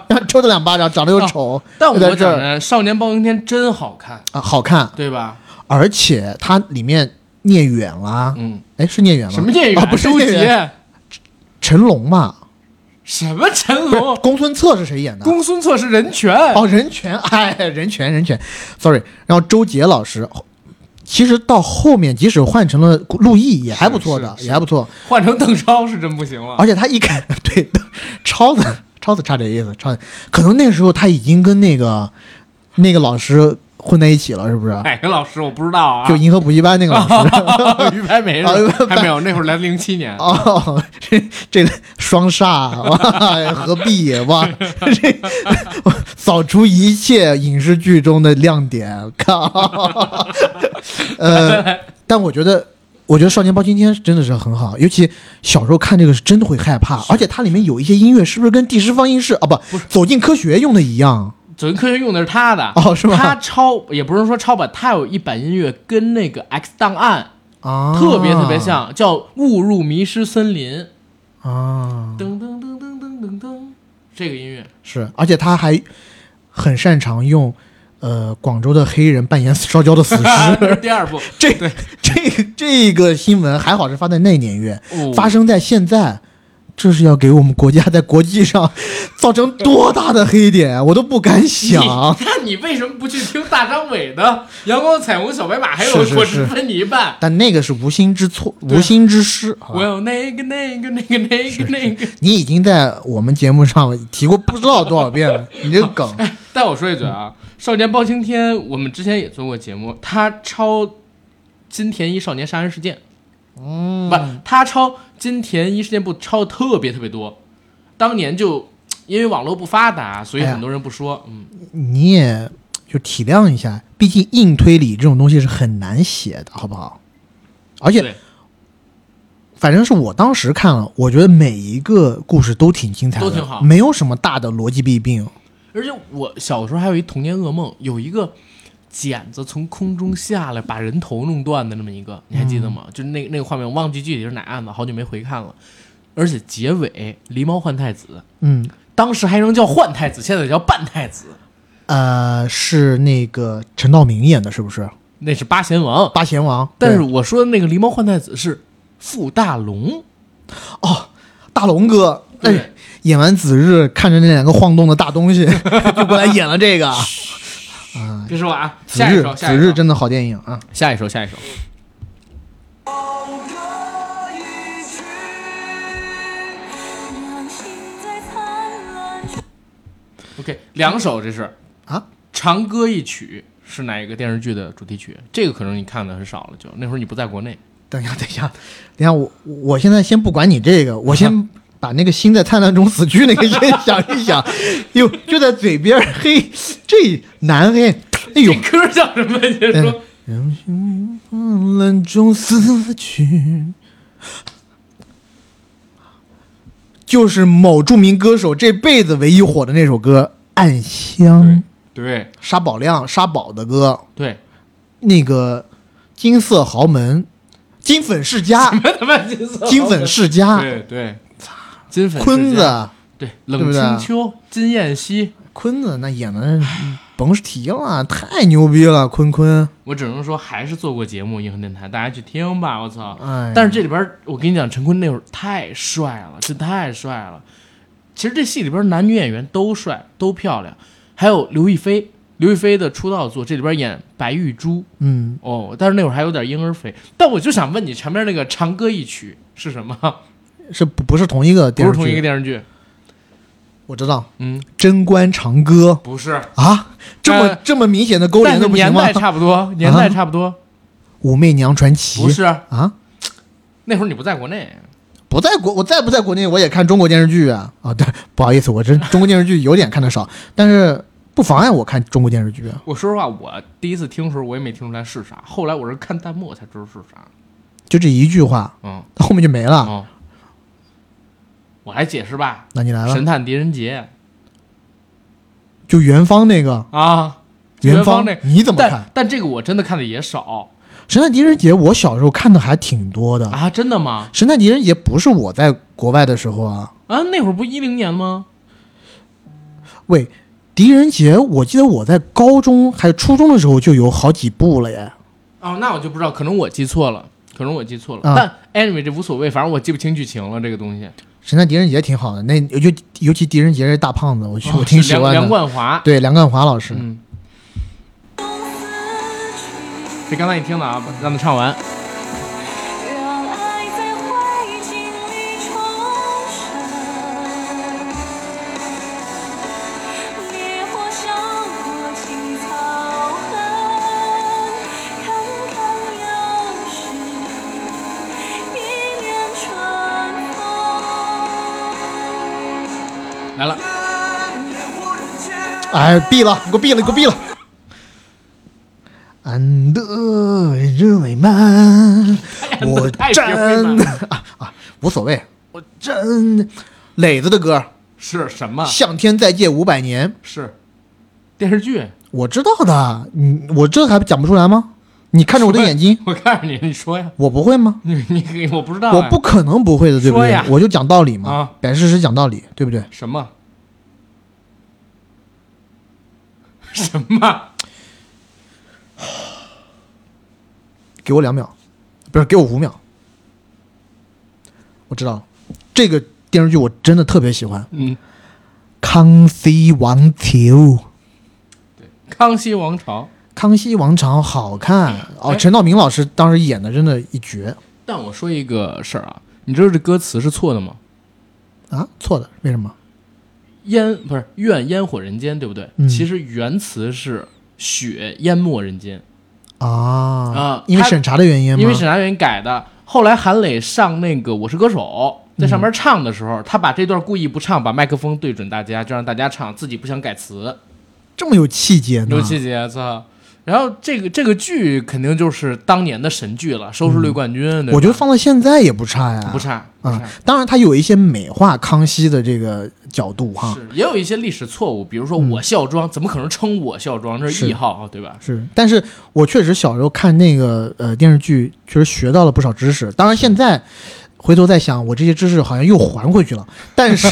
C: 让 抽他两巴掌，长得又丑，
A: 哦但
C: 又在
A: 我
C: 这
A: 讲
C: 儿
A: 呢，《少年包青天》真好看，
C: 啊好看，
A: 对吧？
C: 而且它里面聂远啦，
A: 嗯，
C: 哎是聂远吗？
A: 什么聂
C: 啊
A: 远？
C: 不是
A: 周
C: 聂远，
A: 杰，
C: 成龙吧？
A: 什么成
C: 不是
A: 龙？
C: 公孙策是谁演的？
A: 公孙策是人权，
C: 哦，人权，哎，人权，人权，sorry。然后周杰老师，其实到后面即使换成了陆毅，也还不错的
A: 是，是
C: 也还不错。
A: 换成邓超是真不行了。
C: 而且他一看， 对，超子，超子差点意思，超子，可能那时候他已经跟那个那个老师混在一起了，是不是？
A: 哪个哎老师我不知道啊？
C: 就银河补习班那个老师。
A: 于白眉是吧
C: 啊于白
A: 还没有，那会儿来零七年，
C: 哦，这这个双煞哇，何必哇？这扫除一切影视剧中的亮点，靠！ 呃，但我觉得，我觉得《少年包青天》真的是很好，尤其小时候看这个是真的会害怕，而且它里面有一些音乐是不是跟第十放映室啊不走进科学用的一样？
A: 走进科学用的是他的
C: 哦是吗
A: 他抄也不是说抄版，他有一版音乐跟那个《X 档案
C: 啊》
A: 特别特别像，叫《误入迷失森林》。
C: 啊！
A: 噔噔噔噔噔噔噔，这个音乐
C: 是，而且他还很擅长用。呃，广州的黑人扮演 烧焦的死尸，
A: 这 是第二部，
C: 这这这个新闻还好是发在那年月，
A: 哦
C: 发生在现在，这是要给我们国家在国际上 造成多大的黑点，啊我都不敢 想。
A: 你那你为什么不去听大张伟的《阳光彩虹小白马》？还有
C: 是是
A: 我只
C: 是啊
A: 分你一半。
C: 但那个是无心之错，无心之失。好吧
A: 我有那个那个那个那个那个。
C: 你已经在我们节目上提过不知道多少遍了，你这个梗
A: 但我说一嘴啊，《少年包青天》我们之前也做过节目，他抄金田一少年杀人事件，嗯，不，他抄金田一事件簿抄得特别特别多，当年就因为网络不发达，所以
C: 哎呀
A: 很多人不说，嗯，
C: 你也就体谅一下，毕竟硬推理这种东西是很难写的，好不好？而且
A: 对，
C: 反正是我当时看了，我觉得每一个故事都挺精彩的，
A: 都挺好
C: 没有什么大的逻辑弊病。
A: 而且我小时候还有一童年噩梦，有一个剪子从空中下来把人头弄断的那么一个，你还
C: 嗯
A: 记得吗？就是那那个画面，我忘记具体是哪案子，好久没回看了。而且结尾狸猫换太子，
C: 嗯，
A: 当时还能叫换太子，现在叫半太子，
C: 呃，是那个陈道明演的，是不是？
A: 那是八贤王。
C: 八贤王，
A: 但是
C: 对
A: 我说的那个狸猫换太子是傅大龙，
C: 大龙哥，
A: 对
C: 哎演完子日，看着那两个晃动的大东西， 就过来演了这个。
A: 别说我啊，
C: 子
A: 下一
C: 日，
A: 首，下
C: 子
A: 一
C: 日
A: 首，
C: 真的好电影啊！
A: 下一首，下一首。
D: 抱着一只
F: 两心在灿烂。
A: OK，两首这是
C: 啊，
A: 《长歌一曲》是哪一个电视剧的主题曲？这个可能你看的很少了，就那会儿你不在国内。
C: 等一下，等一下，等一下，我我现在先不管你这个，我 先把那个心在灿烂中死去那个先想一想。哟，就在嘴边儿，嘿，这男嘿，哎呦
A: 这，歌叫什么？你
C: 嗯
A: 说
C: 人心在灿烂中死去。就是某著名歌手这辈子唯一火的那首歌《暗香》，
A: 对
C: 沙宝亮、沙宝的歌，
A: 对，
C: 那个金色豪门、金粉世家、
A: 他妈金 色
C: 金粉世家、
A: 对对，金粉世家
C: 啊坤子、
A: 对
C: 对
A: 冷
C: 不对
A: 清秋、金燕西，
C: 坤子那演的甭提了，太牛逼了，坤坤。
A: 我只能说还是做过节目《银河电台》，大家去听吧。我操！
C: 哎呀，
A: 但是这里边儿，我跟你讲，陈坤那会儿太帅了，真太帅了。其实这戏里边儿男女演员都帅，都漂亮，还有刘亦菲。刘亦菲的出道作，这里边儿演白玉珠
C: 嗯，
A: 哦，但是那会儿还有点婴儿肥。但我就想问你，前面那个《长歌一曲》是什么？
C: 是不不是同一个
A: 不
C: 电
A: 是
C: 视剧？
A: 同一个电视剧，
C: 我知道，
A: 嗯，
C: 《贞观长歌》。
A: 不是，
C: 啊，这么、
A: 呃
C: 这么明显的勾
A: 但
C: 连
A: 是
C: 都不行
A: 年
C: 吗
A: 代？差不啊多， 年代差不多，
C: 武媚娘传奇
A: 不是
C: 啊，
A: 那会儿你不在国内，
C: 不在国，我在不在国内我也看中国电视剧啊啊！对，不好意思，我 真中国电视剧有点看的少，但是不妨碍我看中国电视剧啊。
A: 我说实话，我第一次听的时候我也没听出来是啥，后来我是看弹幕我才知道是啥。
C: 就这一句话，
A: 嗯，
C: 后面就没了。
A: 哦，我来解释吧，
C: 那你来
A: 《
C: 了
A: 神，探狄仁杰
C: 就元芳那个》
A: 啊，
C: 元
A: 芳
C: 芳
A: 那，
C: 你怎么看
A: 但？但这个我真的看的也少
C: 《神探狄仁杰》我小时候看的还挺多的，
A: 啊，真的吗？
C: 神探狄仁杰》不是我在国外的时候啊，
A: 啊，那会儿不一零年吗？
C: 喂，狄仁杰，我记得我在高中还初中的时候就有好几部了耶。
A: 哦，那我就不知道，可能我记错了，可能我记错了。
C: 啊
A: 但 anyway 这无所谓，反正我记不清剧情了。这个东西，
C: 神探狄仁杰挺好的，那尤尤其狄仁杰是大胖子，我去、我
A: 哦
C: 挺
A: 是
C: 喜
A: 梁
C: 欢
A: 梁
C: 的。
A: 冠华，
C: 对梁冠华老师，
A: 嗯。这刚才你听了啊，让他唱完。
F: 让爱在灰烬里重生，烈火烧过青草痕，坎坎又是一年春风。
A: 来了，
C: 哎，毙了，你给我毙了，你给我毙了。安德日内 曼，我
A: 太绝配
C: 真
A: 了
C: 啊啊，无所谓，我真磊子的歌《
A: 是什么？
C: 向天再借五百年》，
A: 是电视剧。
C: 我知道的，你我这还讲不出来吗？你看着我的眼睛，
A: 我告诉你，你说呀，
C: 我不会吗？
A: 你你我不知道、
C: 我不可能不会的，对不
A: 说
C: 对
A: 呀？
C: 我就讲道理嘛
A: 啊，
C: 摆事实讲道理，对不对？
A: 什么 什么
C: 给我两秒，不是给我五秒。我知道了，这个电视剧我真的特别喜欢，《
A: 嗯，
C: 康熙王朝》。
A: 康熙王朝。
C: 康熙王朝好看哦，
A: 哎
C: 陈道明老师当时演的真的一绝
A: 但我说一个事儿啊，你知道这歌词是错的吗？
C: 啊，错的，为什么？
A: 烟不是愿烟火人间，对不对？
C: 嗯
A: 其实原词是雪淹没人间，
C: 啊
A: 啊
C: 因为
A: 他
C: 审查的原因吗？
A: 因为审查员改的。后来韩磊上那个《我是歌手》，在上面唱的时候，他把这段故意不唱，把麦克风对准大家，就让大家唱，自己不想改词，
C: 这么有气节呢
A: 有，气节，操！然后这个这个剧肯定就是当年的神剧了，收视率冠军。对吧
C: 我觉得放到现在也不差呀，
A: 不差，不
C: 啊
A: 差。。
C: 当然，它有一些美化康熙的这个角度哈，
A: 是，也有一些历史错误，比如说我孝庄，怎么可能称我孝庄？这
C: 嗯是
A: 是谥号，对吧？
C: 是，但是我确实小时候看那个呃电视剧，确实学到了不少知识。当然现在回头再想，我这些知识好像又还回去了，但是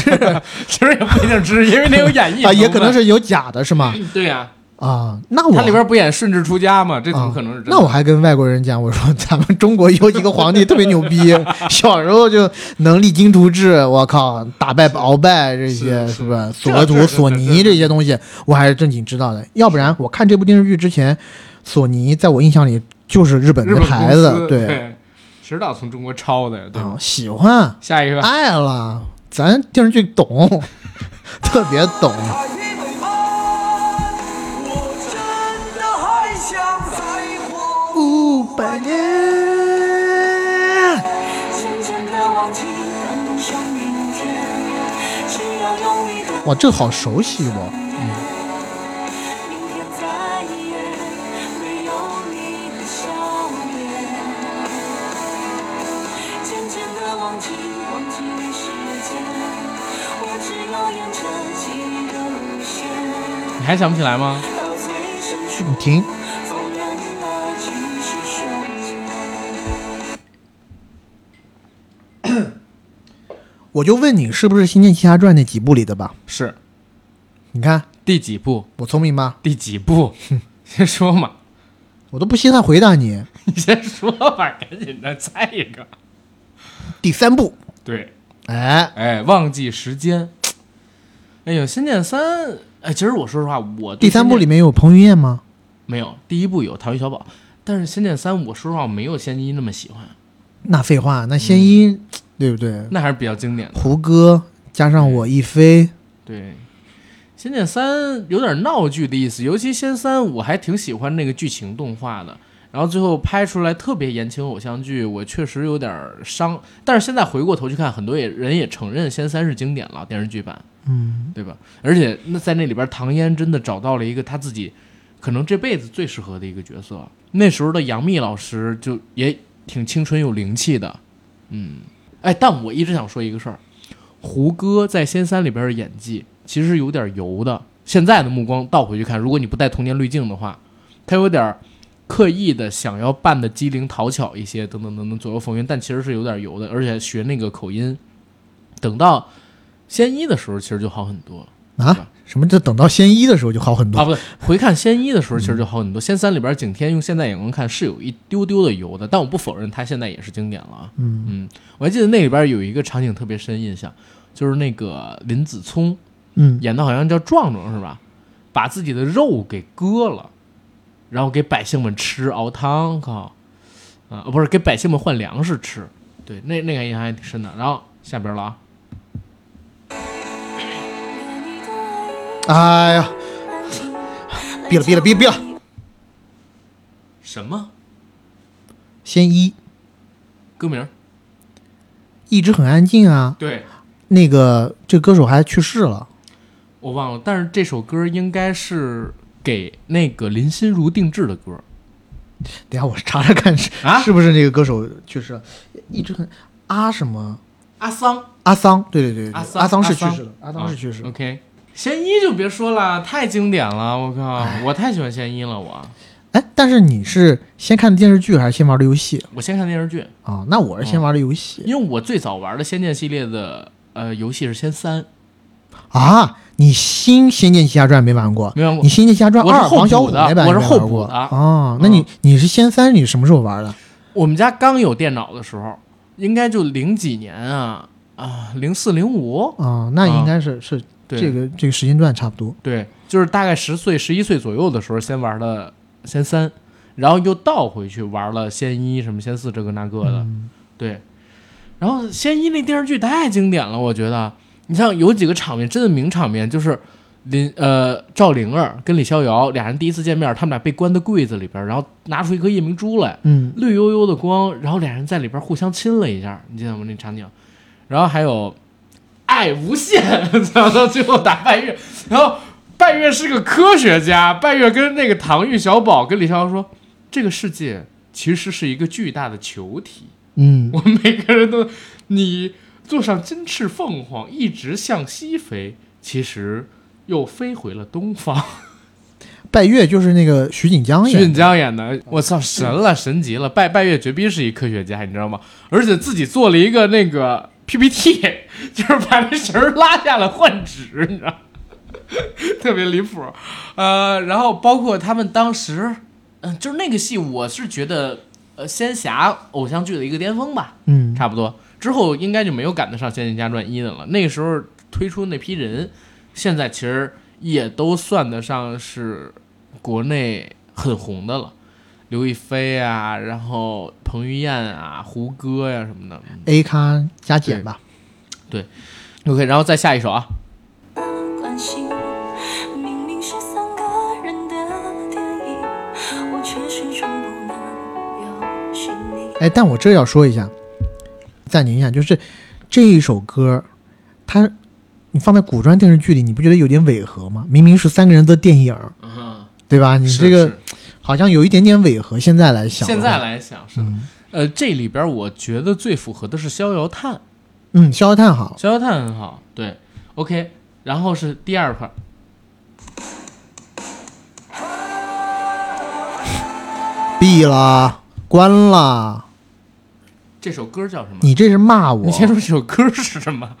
A: 其实也不一定知，因为那有演绎
C: 啊，也
A: 成
C: 可能
A: 分
C: 是有假的，是吗？
A: 对呀、
C: 啊，那我
A: 他里边不演顺治出家吗？这怎么可能是
C: 啊
A: 真的？
C: 那我还跟外国人讲，我说咱们中国有一个皇帝特别牛 逼，小时候就能励精图治，我靠，打败鳌拜这些
A: 是
C: 是不是？
A: 是
C: 索额
A: 这
C: 图、
A: 这
C: 索尼这些东西，我还是正经知道的。要不然我看这部电视剧之前，索尼在我印象里就是日本
A: 日
C: 的
A: 本
C: 牌
A: 公
C: 子
A: 司，
C: 对
A: 对，迟早从中国抄的，对吧？
C: 啊，喜欢
A: 下一个，
C: 爱了，咱电视剧懂，特别懂。
D: 海与北岸，我真的还想再活
C: 五百年，
F: 纯真的忘记，感动上明天。只要用力的
C: 哇，这个好熟悉哦。
F: 明天再也没有你的笑脸，渐渐的忘记，忘记你时间，我只有沿着记忆的路线，
A: 你还想不起来吗？
F: 到最深处，
C: 你听，
F: 纵然爱只是瞬间。
C: 我就问你是不是《仙剑奇侠传》那几部里的吧？
A: 是
C: 你看
A: 第几部？
C: 我聪明吧？
A: 第几 部？先说嘛，
C: 我都不稀罕回答你。
A: 你先说吧，赶紧的，猜一个。
C: 第三部，
A: 对，
C: 哎，
A: 哎，忘记时间。哎呦，《仙剑三》哎，其实我说实话，我对
C: 第三部
A: 仙剑
C: 里面有彭于晏吗？
A: 没有，第一部有《唐钰小宝》，但是《仙剑三》我说实话我没有《仙剑一》那么喜欢，
C: 那废话，那仙一、
A: 嗯
C: 对不对？
A: 那还是比较经典的。
C: 胡歌加上我一飞，
A: 对，《仙剑三》有点闹剧的意思，尤其《仙三》我还挺喜欢那个剧情动画的，然后最后拍出来特别言情偶像剧，我确实有点伤。但是现在回过头去看，很多也人也承认《仙三》是经典了，电视剧版，
C: 嗯，
A: 对吧？而且那在那里边，唐嫣真的找到了一个她自己可能这辈子最适合的一个角色。那时候的杨幂老师就也挺青春有灵气的，嗯，哎，但我一直想说一个事儿，胡歌在《仙三》里边的演技其实有点油的。现在的目光倒回去看，如果你不带童年滤镜的话，他有点刻意的想要扮的机灵讨巧一些，等等等等左右逢源，但其实是有点油的，而且学那个口音。等到仙一的时候，其实就好很多。
C: 啊，什么这等到仙一的时候就好很
A: 嗯啊，
C: 多。
A: 不对，回看仙一的时候，其实就好很多。仙三里边景天用现在眼光看是有一丢丢的油的，但我不否认它现在也是经典了啊。嗯我还记得那里边有一个场景特别深印象，就是那个林子聪
C: 嗯，
A: 演的好像叫壮壮是吧？把自己的肉给割了，然后给百姓们吃熬汤，靠，啊、不是给百姓们换粮食吃。对，那那个印象还挺深的。然后下边了啊，
C: 哎呀，
F: 别
C: 毙
F: 了
C: 了毙了毙
F: 别了别了
C: 了
F: 别
C: 毙
F: 了
C: 了！
A: 什么
C: 仙一
A: 歌名？
C: 一直很安静啊，
A: 对，
C: 那个这歌手还去世了。
A: 我忘了，但是这首歌应该是给那个林心如定制的歌。
C: 等一下我查查看是、
A: 啊
C: 是不是这个歌手去世了，一直很啊什么
A: 阿桑，
C: 阿桑，对对对对，
A: 阿
C: 阿
A: 桑阿
C: 是去
A: 桑
C: 世了，阿桑是去世
A: 啊
C: 了。
A: OK，仙一就别说了，太经典了，我靠，我太喜欢仙一了，我
C: 哎，但是你是先看的电视剧还是先玩的游戏
A: 我先看电视剧，
C: 啊？那我是
A: 嗯
C: 先玩的游戏、
A: 因为我最早玩的《仙剑》系列的呃游戏是《仙三》，
C: 啊。你新《仙剑奇侠传》没玩过？
A: 没玩过
C: 你《仙剑奇侠传
A: 我是
C: 二》
A: 后
C: 王小
A: 补
C: 虎
A: 的
C: 那版
A: 我是
C: 没
A: 后
C: 玩
A: 补
C: 过
A: 的嗯
C: 啊。那你你是仙三，你什么时候玩的？
A: 我们家刚有电脑的时候，应该就零几年啊啊，零四零五，
C: 啊，那应该是是
A: 嗯对
C: 这个这个时间段差不多。
A: 对，就是大概十岁、十一岁左右的时候，先玩了仙三，然后又倒回去玩了仙一、什么仙四这个那个的，对。然后仙一那电视剧太经典了，我觉得，你像有几个场面真的名场面，就是林呃赵灵儿跟李逍遥俩人第一次见面，他们俩被关在柜子里边，然后拿出一颗夜明珠来，
C: 嗯，
A: 绿油油的光，然后俩人在里边互相亲了一下，你记得吗？那场景，然后还有爱无限，然后到最后打拜月，然后拜月是个科学家，拜月跟那个唐钰小宝跟李逍遥说，这个世界其实是一个巨大的球体，
C: 嗯，
A: 我们每个人都，你坐上金翅凤凰一直向西飞，其实又飞回了东方。
C: 拜月就是那个徐锦江
A: 徐锦
C: 演的，嗯
A: 江演的，我操，神了，神极了！拜拜月绝逼是一科学家，你知道吗？而且自己做了一个那 个 PPT，就是把那绳儿拉下来换纸，你知道吗， 特别离谱。呃，然后包括他们当时，嗯、就是那个戏，我是觉得，呃，仙侠偶像剧的一个巅峰吧，
C: 嗯，
A: 差不多。之后应该就没有赶得上《仙剑奇侠传一》的了。那个时候推出那批人，现在其实也都算得上是国内很红的了。刘亦菲啊，然后彭于晏啊，胡歌呀、什么的。嗯
C: A 咖加减吧。
A: OK，然后再下一首啊，
F: 关系，明明是三个人的电影，我却始终不能有是你。
C: 哎，但我这要说一下，暂停一下，就是这一首歌，它你放在古装电视剧里，你不觉得有点违和吗？明明是三个人的电影，
A: 嗯，
C: 对吧？你
A: 是
C: 这个
A: 是
C: 好像有一点点违和。现在来想，嗯
A: 现在，来想是的，呃，这里边我觉得最符合的是《逍遥叹》，
C: 嗯，逍遥叹好
A: 《逍遥叹》很好，对，OK，然后是第二块，
C: 闭啦，关啦，
A: 这首歌叫什么？
C: 你这是骂 我
A: 你，先说这首歌是什么？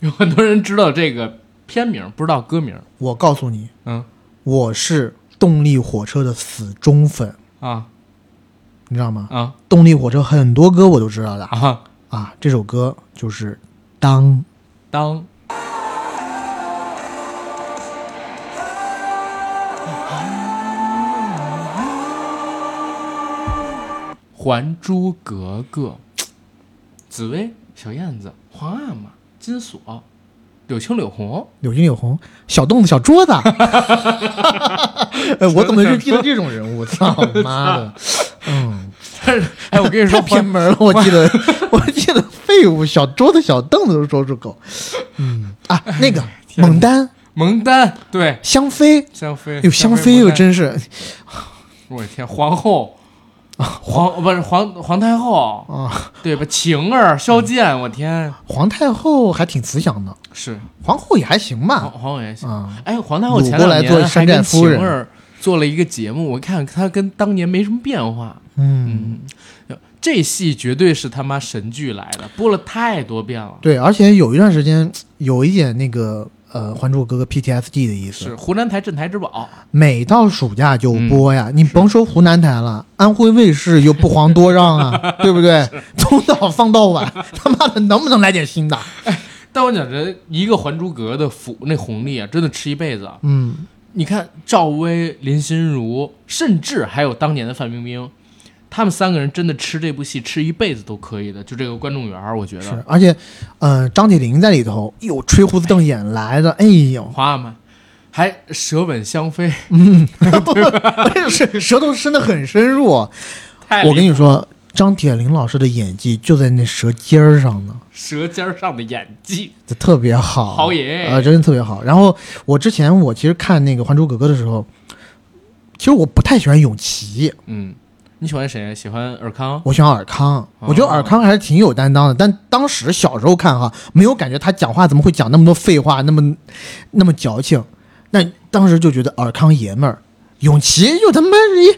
A: 有很多人知道这个片名，不知道歌名。
C: 我告诉你，
A: 嗯
C: 我是动力火车的死忠粉，
A: 啊
C: 你知道吗？
A: 啊
C: 动力火车很多歌我都知道的
A: 啊！
C: 啊，这首歌就是《当》。
A: 当《还珠格格》，紫薇、小燕子、皇阿玛、金锁、柳青、柳红，
C: 柳青柳红，小凳子小桌 子。哎，我怎么就记得这种人物？操妈 的！嗯，
A: 哎，我跟你说
C: 太，偏门了。我记得，我记得废物小桌子小凳子都说出口。嗯啊，那个猛丹、
A: 蒙丹对
C: 香妃，
A: 香妃，
C: 哎呦，香妃
A: 有
C: 又真是
A: 我的天，皇 后啊，皇不是皇皇太后，
C: 啊，
A: 对吧？晴儿、萧剑，我天，
C: 皇太后还挺慈祥的，
A: 是
C: 皇后也还行
A: 皇
C: 吧。
A: 皇后也行。
C: 啊，
A: 哎，皇太后前
C: 掳过
A: 两
C: 来
A: 年
C: 做
A: 还
C: 山
A: 跟
C: 寨夫
A: 晴
C: 人
A: 儿做了一个节目，我看她跟当年没什么变化。
C: 嗯，
A: 这戏绝对是他妈神剧来的，播了太多遍了。
C: 对，而且有一段时间有一点那个呃《还珠格格》PTSD 的意
A: 是
C: 思。
A: 湖南台镇台之宝，
C: 每到暑假就
A: 嗯
C: 播呀，你甭说湖南台了，安徽卫视又不遑多让 啊，对不对？ 从早放到晚，他妈的能不能来点新的？
A: 但我讲真，一个《还珠格格》的福那红利啊，真的吃一辈子啊！
C: 嗯，
A: 你看赵薇、林心如，甚至还有当年的范冰冰，他们三个人真的吃这部戏吃一辈子都可以的。就这个观众缘儿，我觉
C: 是
A: 得，
C: 而且，呃，张铁林在里头，哟，吹胡子瞪眼来的，哎呦，
A: 花嘛，还舌吻香妃，
C: 哎是舌头伸得很深 入。啊
A: 太
C: 我跟
A: 你
C: 你说，张铁林老师的演技就在那舌尖儿上呢。
A: 舌尖儿上的演技，
C: 这特别好，
A: 好耶
C: 呃，真的特别好。然后我之前我其实看那个《还珠格格》的时候，其实我不太喜欢永琪，
A: 嗯，你喜欢谁？喜欢尔康？
C: 我喜欢尔康，我觉得尔康还是挺有担当的。但当时小时候看哈，没有感觉他讲话怎么会讲那么多废话，那么那么矫情。那当时就觉得尔康爷们儿，永琪就他妈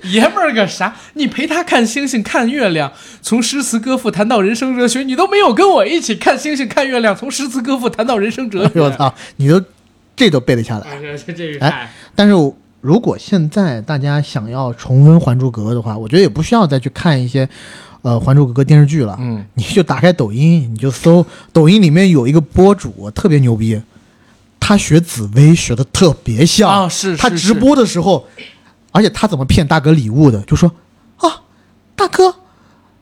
C: 一
A: 爷们儿个啥？你陪他看星星看月亮，从诗词歌赋谈到人生哲学，你都没有跟我一起看星星看月亮，从诗词歌赋谈到人生哲学。
C: 哎我操，你都这都背得下来。
A: 哎呀！这 这个
C: 哎
A: 太
C: 但是我如果现在大家想要重温《还珠格格》的话，我觉得也不需要再去看一些呃《还珠格格》电视剧了。
A: 嗯，
C: 你就打开抖音，你就搜抖音里面有一个博主特别牛逼，他学紫薇学的特别像
A: 啊是
C: 他
A: 是
C: 直播的时候，而且他怎么骗大哥礼物的，就说啊，大哥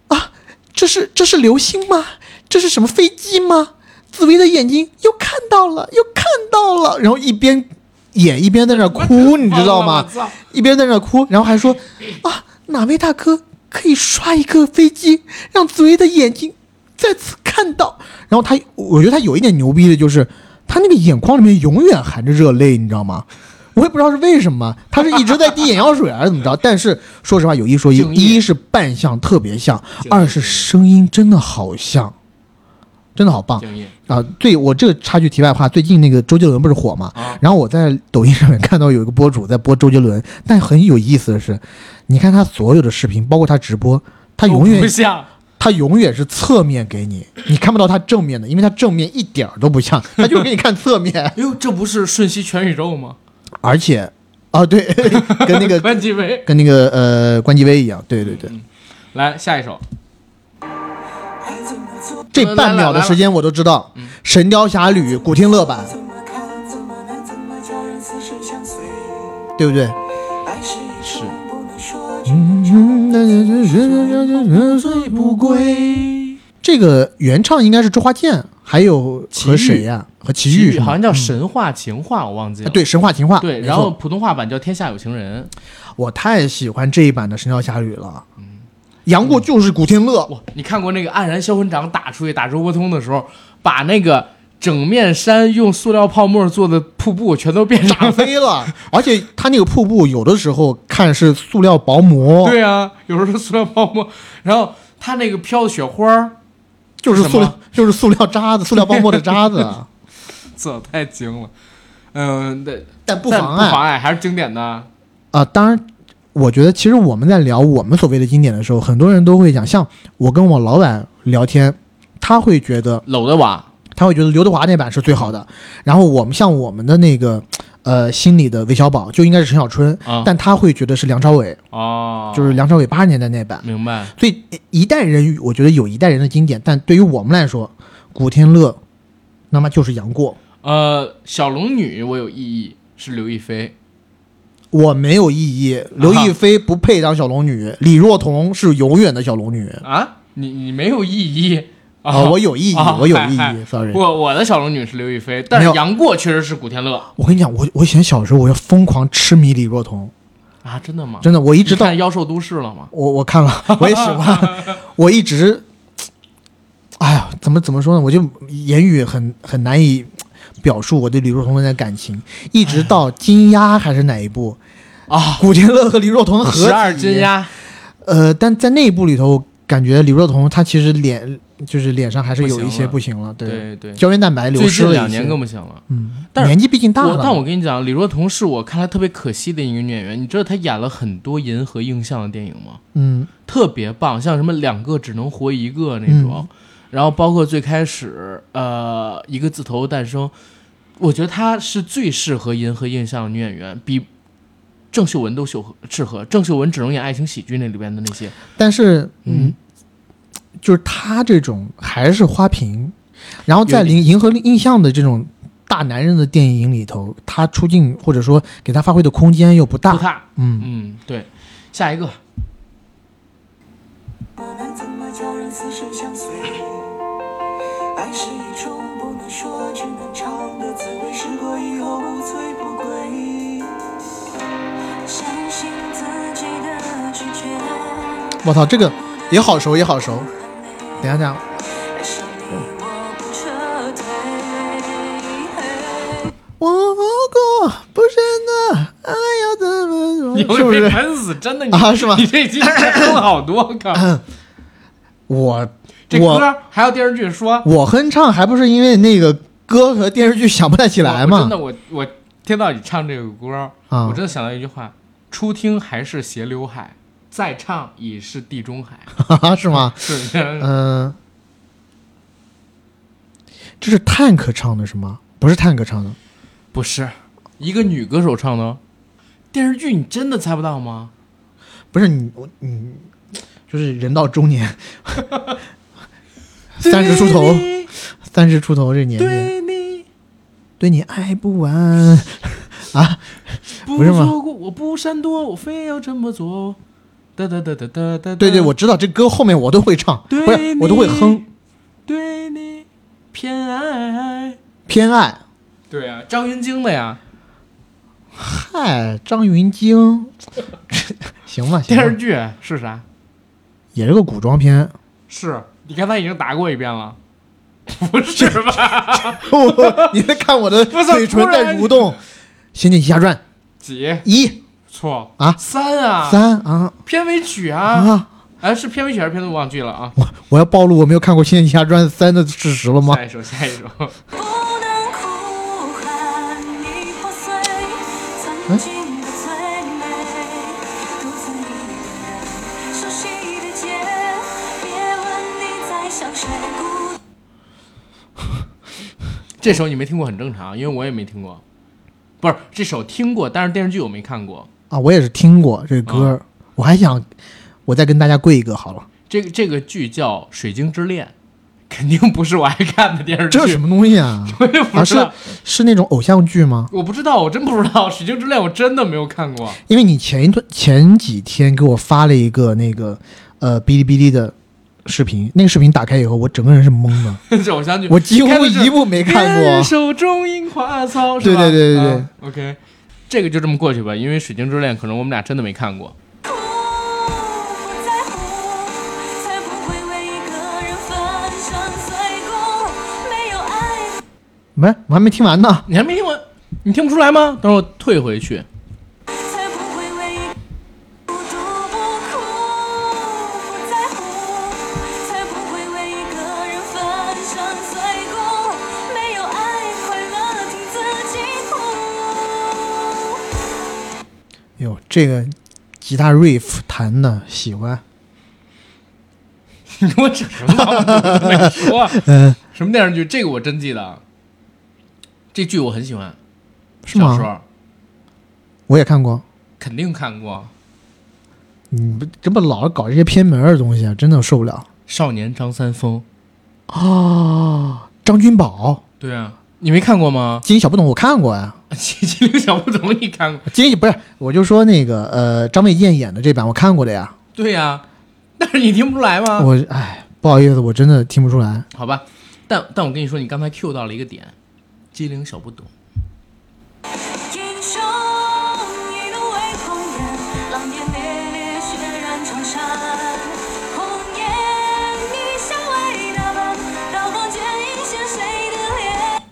C: 啊，这是这是流星吗？这是什么飞机吗？紫薇的眼睛又看到了，又看到了，然后一边演一边在那儿哭，你知道吗
A: 我操？
C: 一边在那儿哭，然后还说啊，哪位大哥可以刷一个飞机，让紫薇的眼睛再次看到？然后他，我觉得他有一点牛逼的就是，他那个眼眶里面永远含着热泪，你知道吗？我也不知道是为什么，他是一直在滴眼药水还是怎么着？但是说实话，有一说一
A: 敬，业
C: 一是扮相特别像，
A: 敬业
C: 二是声音真的好像，真的好棒。
A: 敬业
C: 啊，对我这个插句题外话，最近那个周杰伦不是火嘛？
A: 啊
C: 然后我在抖音上面看到有一个博主在播周杰伦，但很有意思的是，你看他所有的视频，包括他直播，他
A: 都
C: 永远
A: 不像，
C: 他永远是侧面给你，你看不到他正面的，因为他正面一点儿都不像，他就给你看侧面
A: 哎呦，这不是瞬息全宇宙吗？
C: 而且，啊，对， 跟那个
A: 关继威，
C: 跟那个呃关继威一样，对对对，
A: 来下一首，
D: 还怎么做？
C: 这半秒的时间我都知道，《神雕侠侣》古天乐版，
D: 怎么看？怎么难？怎么叫人似水相随？
C: 对不对？
D: 爱是一种不能说出
C: 醉不归。这个原唱应该是周华健，还有和谁呀、和齐
A: 体
C: 豫
A: 育
C: 是吗
A: 好像叫神话情话，我忘记
C: 啊
A: 了。
C: 对神话情话。
A: 对，
C: 没
A: 然后
C: 错
A: 普通话版叫《天下有情人
C: 我太喜欢这一版的《神雕侠侣》了。杨过就是古天乐》。，
A: 哇，你看过那个黯然销魂掌打出去打周伯通的时候，把那个整面山用塑料泡沫做的瀑布全都变
C: 打
A: 成了。
C: 飞了，而且他那个瀑布有的时候看是塑料薄膜，
A: 对啊，有时候是塑料泡沫，然后他那个飘的雪花儿，
C: 就是
A: 什
C: 塑
A: 么
C: 料，就是塑料渣子，塑料薄膜的渣子，
A: 这太精了。嗯，对，
C: 但不
A: 但
C: 妨
A: 不
C: 碍
A: 妨碍，还是经典的。
C: 啊，当然，我觉得其实我们在聊我们所谓的经典的时候，很多人都会讲，像我跟我老板聊天，他会觉得
A: 搂的娃，
C: 他会觉得刘德华那版是最好的，然后我们像我们的那个呃心里的韦小宝就应该是陈小春，
A: 啊
C: 但他会觉得是梁朝伟，
A: 哦，
C: 就是梁朝伟八十年代那版，
A: 明白。
C: 所以一代人我觉得有一代人的经典，但对于我们来说，古天乐，那么就是杨过。
A: 呃，小龙女我有异议，是刘亦菲。
C: 我没有异议，刘亦菲不配当小龙女，李若彤是永远的小龙女。
A: 啊，你你没有异议啊、
C: 啊，我有异议，
A: 啊
C: 我有
A: 嗨
C: 异
A: 嗨
C: 议，sorry。
A: 我我的小龙女是刘亦菲，但
C: 没
A: 是
C: 有
A: 杨过确实是古天乐
C: 我跟你讲，我我以前小时候我要疯狂痴迷李若彤，
A: 啊，真的吗？
C: 真的，我一
A: 一
C: 直到
A: 看《妖兽都市》了吗？
C: 我我看了，我也喜 欢，我一直，哎呀，怎么怎么说呢？我就言语很很难以表述我对李若彤的感情，一直到金鸭还是哪一部，
A: 哎啊，
C: 古天乐和李若彤合体
A: 十二金，鸭，
C: 呃，但在那一部里头，感觉李若彤她其实脸就是脸上还是
A: 不
C: 有一
A: 行
C: 些
A: 了
C: 不行了，
A: 对对
C: 胶原蛋白流
A: 最
C: 失
A: 近
C: 了
A: 两
C: 一些
A: 年更不行了。
C: 嗯，
A: 但是
C: 年纪毕竟大
A: 我
C: 了，
A: 但我跟你讲，李若彤是我看来特别可惜的一个女演员。你知道她演了很多银河映像的电影吗？
C: 嗯。
A: 特别棒，像什么两个只能活一
C: 嗯
A: 个那种，然后包括最开始呃一个字头诞生，我觉得她是最适合银河映像的女演员，比郑秀文都秀适合。郑秀文只能演爱情喜剧那里边的那些，
C: 但是，嗯，就是他这种还是花瓶，然后在
A: 有
C: 银银河印象的这种大男人的电影里头，他出镜或者说给他发挥的空间又不大。
A: 不大。
C: 嗯，
A: 嗯，对，下一 个，
D: 我能怎么叫人死生相随？爱是一种不能说，只能尝的滋味，试过以后不醉不归。
F: 相信自己的直觉。
C: 我操，这个也好熟，也好熟。等一下，等一下，
F: 爱上你，我不撤退。
C: 我不过不是的，爱要怎么
A: 有
C: 是不
A: 被
C: 是？
A: 喷死，真的你
C: 啊是吗
A: 你这一期喷了好多，靠！
C: 我
A: 这
C: 我
A: 歌还有电视剧说
C: 我哼唱还不是因为那个歌和电视剧想不太起来
A: 我我真
C: 嘛
A: 的，？我我听到你唱这个歌，
C: 啊
A: 我真的想到一句话：初听还是斜刘海，再唱已是地中海。
C: 是吗？
A: 是的，
C: 嗯，这是探克唱的是吗？不是探克唱的，
A: 不是一个女歌手唱的电视剧，你真的猜不到吗？
C: 不是你我你，就是人到中年，三十出头，
A: 对你
C: 三十出头这年纪，
A: 对你
C: 对你爱不完啊！
A: 不
C: 不是吗
A: 错过，我不闪躲，我非要这么做。哒哒哒哒哒哒。
C: 对对，我知道这歌后面我都会唱，
A: 对
C: 不是我都会哼。
A: 对你偏爱。
C: 偏爱，
A: 对啊，张云京的呀，
C: 嗨，张云京， 行吧，行
A: 电视
C: 吧，
A: 剧是啥？
C: 也是个古 装片。
A: 是你刚才已经答过一遍 了，不是吧？
C: 我你在看我的
A: 不是
C: 嘴唇
A: 突
C: 在
A: 然
C: 蠕动，《仙剑奇侠传》
A: 几
C: 一
A: 错
C: 啊
A: 三啊，
C: 三啊
A: 片尾曲啊，
C: 啊！
A: 哎、是片尾曲还是片头？我忘记了啊。
C: 我我要暴露我没有看过《仙剑奇侠传三》的事实了吗
A: 下？一首，下一首，
F: 不能哭喊，你破碎，曾经的最美，独自一个人，熟悉的街，别问你在想谁，孤
A: 这首你没听过很正常，因为我也没听过。不是这首听过，但是电视剧我没看过。
C: 啊，我也是听过这歌
A: 啊
C: 儿，我还想我再跟大家跪一个好了。
A: 这个这个剧叫《水晶之恋》，肯定不是我爱看的电视剧。
C: 这是什么东西啊？
A: 我也不
C: 啊，
A: 知
C: 是
A: 道，
C: 是那种偶像剧吗？
A: 我不知道，我真不知道《水晶之恋》，我真的没有看过。
C: 因为你前一段前几天给我发了一个那个呃哔哩哔哩的视频，那个视频打开以后，我整个人是懵 的，
A: 这偶像剧，
C: 我几乎
A: 看的是
C: 一部没看过
A: 人手中樱花草，是吧
C: 对对对对对
A: 啊 OK，这个就这么过去吧，因为《水晶之恋》可能我们俩真的没看过。
F: 苦不在乎，才不会为一个人粉身碎骨，没有爱。
C: 没，我还没听完呢。
A: 你还没听完，你听不出来吗？等会儿我退回去。
F: 才不会为一孤独不哭，不在乎，才不会为一个人粉身碎骨，没有爱快乐听自己哭。
C: 哟，这个吉他 riff 弹的喜欢，
A: 你给我整什 么玩意儿？我没说。
C: 嗯、
A: 什么电视剧？这个我真记得，这剧我很喜欢。
C: 是
A: 小时
C: 吗？
A: 候
C: 我也看过。
A: 肯定看过
C: 你不这不老搞这些偏门儿的东西啊，真的我受不了。
A: 《少年张三丰》。
C: 哦，张君宝，
A: 对啊，你没看过 吗？
C: 金小不懂我看过呀、
A: 七七零小不懂你看过？
C: 金不是，我就说那个呃，张卫健演的这版我看过的呀。
A: 对呀、但是你听不出来吗？
C: 我哎，不好意思，我真的听不出来。
A: 好吧，但但我跟你说，你刚才 Q 到了一个点，机灵小不懂。
F: 英雄一怒为红颜，狼烟烈烈，血染长衫。红颜一笑为打扮，刀光剑影显谁的脸？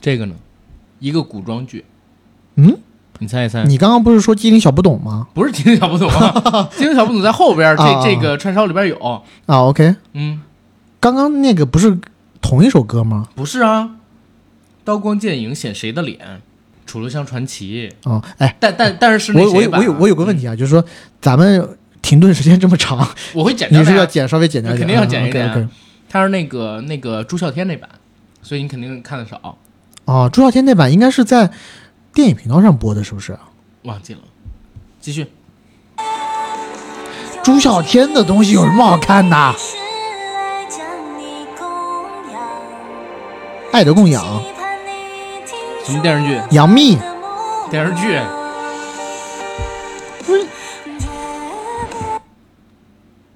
A: 这个呢，一个古装剧，
C: 嗯，
A: 你猜一猜，
C: 你刚刚不是说机灵小不懂吗？
A: 不是机灵小不懂 啊，机灵小不懂在后边儿，这、
C: 啊啊
A: 这个串烧里边有，
C: 啊，OK，
A: 嗯，
C: 刚刚那个不是同一首歌吗？
A: 不是啊，刀光剑影显谁的脸？楚留香传奇，
C: 啊、哎，
A: 但但但是是那
C: 我我
A: 谁
C: 有
A: 版
C: 我
A: 啊
C: 有我有个问题啊，就是说咱们停顿时间这 么长，
A: 我会剪掉
C: 你
A: 的
C: 是
A: 呀
C: 要剪稍微剪掉一点，
A: 啊
C: 啊
A: 肯定要剪一点啊
C: o k
A: 他是那个那个朱孝天那版，所以你肯定看的少。
C: 哦，朱孝天那版应该是在电影频道上播的，是不是？
A: 忘记了，继续。
C: 朱孝天的东西有什么好看的？
F: 是来将你供养，
C: 爱的供养，
F: 期盼你听
A: 什么电视剧？
C: 杨幂
F: 的梦
A: 电视剧？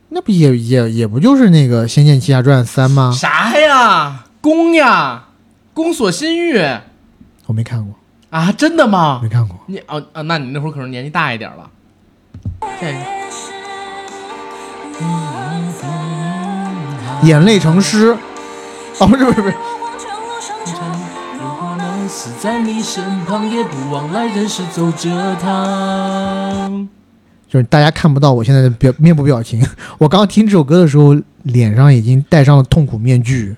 C: 那不也也也不就是那个《仙剑奇侠传三》吗？
A: 啥呀？宫呀？宫锁心玉
C: 我没看过，
A: 啊？真的吗
C: 没？看过。
A: 你哦啊，那你那会儿可能年纪大一点了。下一个
C: 眼泪成诗，哦，不是不是不是，
A: 死在你身旁，也不忘来人世走这趟。
C: 就是大家看不到我现在的表面部表情。我刚听这首歌的时候，脸上已经戴上了痛苦面具。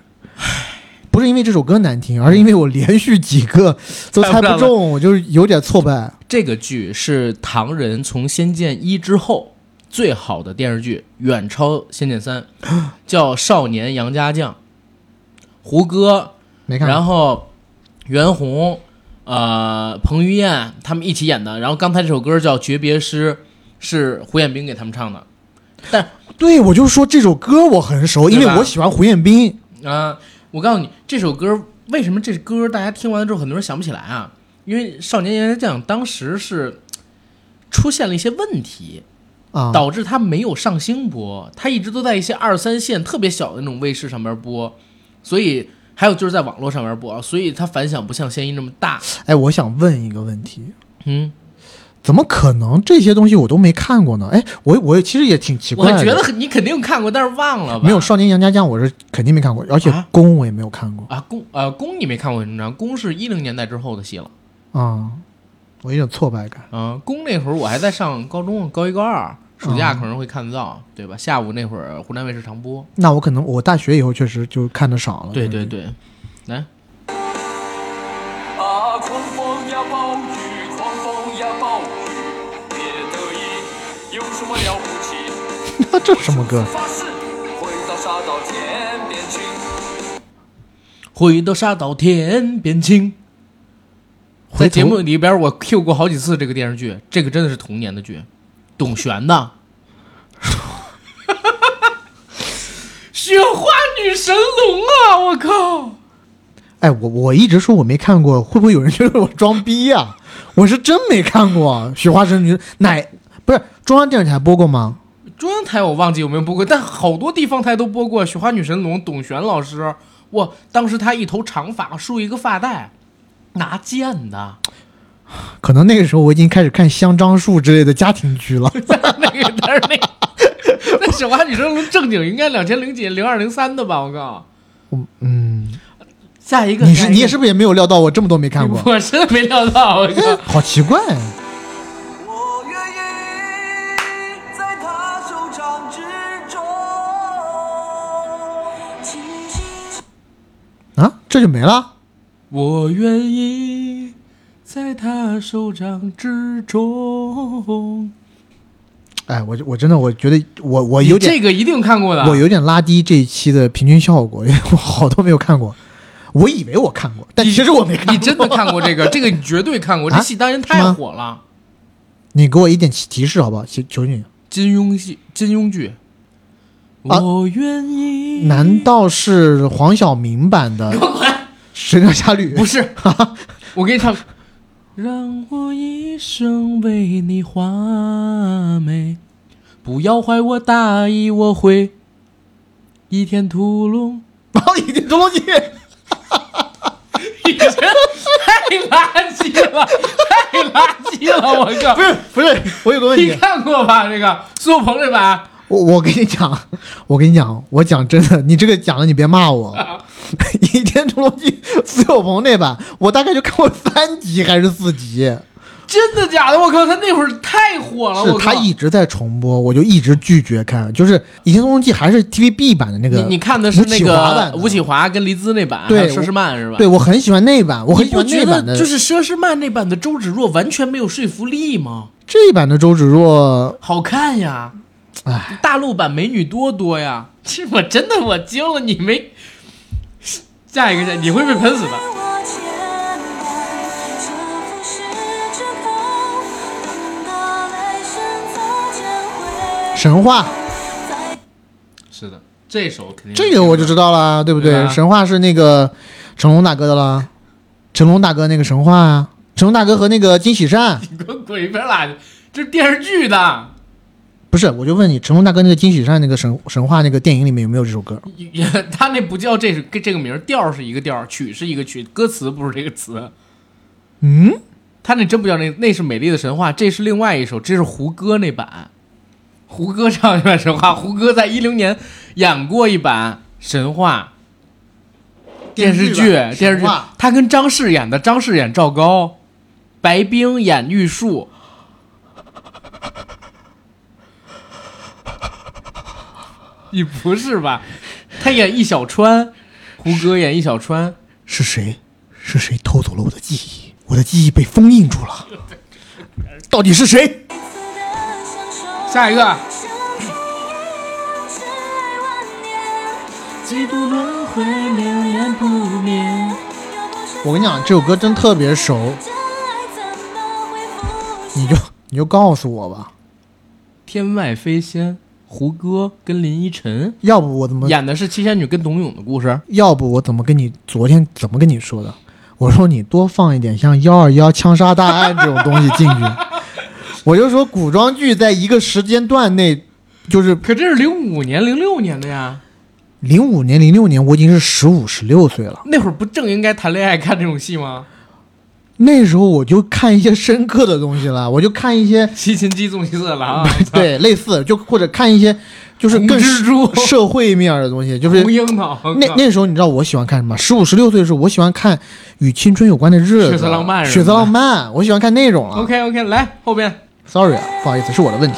C: 不是因为这首歌难听，而是因为我连续几个都猜
A: 猜不
C: 不
A: 到
C: 中，我就是有点挫败。
A: 这个剧是唐人从《仙剑一》之后最好的电视剧，远超《仙剑三》， 叫《少年杨家将》。胡歌，
C: 没看过。
A: 然后袁弘，呃，彭于晏他们一起演的。然后刚才这首歌叫《诀别诗》，是胡彦斌给他们唱的。但啊、
C: 对，我就说这首歌我很熟，
A: 对
C: 因
A: 吧
C: 为我喜欢胡彦斌。
A: 呃我告诉你，这首歌为什么这歌大家听完了之后很多人想不起来啊？因为《少年杨家将》当时是出现了一些问题。
C: 啊，
A: 导致它没有上星播，它一直都在一些二三线特别小的那种卫视上面播，所以还有就是在网络上面播，所以它反响不像《仙一》那么大。
C: 哎，我想问一个问题，
A: 嗯，
C: 怎么可能这些东西我都没看过呢？哎，我我其实也挺奇
A: 我
C: 怪的，
A: 觉得很你肯定看过，但是忘了吧？
C: 没有《少年杨家将》，我是肯定没看过，而且
A: 啊
C: 宫我也没有看过
A: 啊，宫呃宫你没看过什么呢？宫是一零年代之后的戏了。
C: 啊，我有点挫败感。
A: 嗯、宫那会儿我还在上高中，啊高一高二，暑假
C: 哦
A: 可能会看得到，对吧？下午那会儿湖南卫视常播。
C: 那我可能我大学以后确实就看的少了。
A: 对
C: 可
A: 对
C: 能
A: 对，嗯来，
G: 啊，狂风呀，暴雨，狂风呀，暴雨，别得意，有什么了不起？
C: 那这什么歌？
G: 发誓，回到沙岛田边去。
A: 回到沙岛田边青。在节目里边，我 Q 过好几次这个电视剧，这个真的是童年的剧，董璇的。 雪花女神龙啊！我靠！
C: 哎，我我一直说我没看过，会不会有人觉得我装逼呀、我是真没看过《啊雪花神女》哪不是中央电视台播过吗？
A: 中央台我忘记有没有播过，但好多地方台都播过《雪花女神龙》，董璇老师，哇，当时她一头长发梳一个发带，拿剑的，
C: 可能那个时候我已经开始看香樟树之类的家庭剧了。
A: 那个，但是那个那《雪花女神龙》正经应该两千零几、零二零三的吧？我靠！
C: 嗯，
A: 下一个，
C: 你
A: 下一
C: 是
A: 个
C: 你也是不是也没有料到我这么多没看过？
A: 我真的没料到，我啊靠！
C: 哎好奇怪、
D: 我愿意在他手掌之中，轻轻
C: 啊，这就没了。
A: 我愿意在他手掌之中。
C: 哎，我就我真的我觉得我我哦有点
A: 这个一定看过的，啊
C: 我有点拉低这一期的平均效果，因为我好多没有看过。我以为我看过，但其实我没看过。
A: 你真的看过这 个？这个你绝对看过，
C: 啊
A: 这戏当年太
C: 是吗
A: 火了。
C: 你给我一点提提示好不好？求求你，
A: 金庸戏，金庸剧。
C: 啊
A: 我愿意。
C: 难道是黄晓明版的《神雕侠侣》？
A: 不是？ 我给你唱。让我一生为你画眉，不要怀我大意，我会倚天屠 龙。
C: 包一点东西。
A: 你这太垃圾了，太垃圾了！我靠，
C: 是不是，我有个问
A: 你，看过吧？这个苏有朋这版，
C: 我我跟你讲，我跟你讲，我讲真的，你这个讲了你别骂我。 《倚天屠龙记》苏有朋那版，我大概就看过三集还是四集，
A: 真的假的？我靠，他那会儿太火了！
C: 是
A: 我
C: 他
A: 靠，
C: 一直在重播，我就一直拒绝看。就是《倚天屠龙记》还是 TVB 版的那
A: 你
C: 个，
A: 你看的是那
C: 吴启华版
A: 个
C: 的
A: 吴启华跟黎姿那版，
C: 对
A: 还有佘诗曼是吧？
C: 对，我很喜欢那版，我很
A: 你
C: 喜
A: 不
C: 欢那
A: 觉得
C: 版的。
A: 就是佘诗曼那版的周芷若完全没有说服力吗？
C: 这一版的周芷若，
A: 好看呀！
C: 唉，
A: 大陆版美女多多呀！这我真的我惊了，你没下一个下一个，你会被喷死的。
F: 我牵
C: 神话，
A: 是的，这首肯定
C: 这个我就知道了，对不对？
A: 对啊
C: 神话是那个成龙大哥的了，成龙大哥那个神话啊，成龙大哥和那个金喜善，
A: 你 给我滚一边拉去！这是电视剧的，
C: 不是，我就问你，成龙大哥那个金喜善那个神神话那个电影里面有没有这首歌？
A: 也他那不叫这是跟这个名儿，调儿是一个调儿，曲是一个曲，歌词不是这个词。
C: 嗯，
A: 他那真不叫那那是《美丽的神话》，这是另外一首，这是胡歌那版。胡歌唱一版神话，胡歌在一零年演过一版神话电视剧，
C: 电
A: 电视
C: 神
A: 剧
C: 话，
A: 他跟张氏演的，张氏演赵高，白冰演玉树。你不是吧？他演易小川，胡歌演易小川。
C: 是谁？是谁偷走了我的记忆？我的记忆被封印住了，到底是谁？
A: 下一个，
C: 我跟你讲，这首歌真特别熟，你 就你就告诉我吧，
A: 天外飞仙，胡歌跟林依晨
C: 要不我怎么
A: 演的是七仙女跟董永的故事。
C: 要不我怎么跟你昨天怎么跟你说的？我说你多放一点像幺二幺枪杀大案这种东西进去，我就说古装剧在一个时间段内，就是
A: 可这是零五年、零六年的呀，
C: 零五年、零六年，我已经是十五、十六岁了。
A: 那会儿不正应该谈恋爱看这种戏吗？
C: 那时候我就看一些深刻的东西了，我就看一些
A: 七擒鸡纵七色狼，啊
C: 对类似，就或者看一些就是
A: 红
C: 更
A: 蜘蛛
C: 社会面儿的东西，就是
A: 红樱桃，
C: 那那时候你知道我喜欢看什么？十五十六岁的时候，我喜欢看与青春有关的日子，
A: 血色浪漫是吧
C: 血色浪漫，我喜欢看那种了。
A: OK OK，来后边
C: Sorry 啊，不好意思，是我的问题。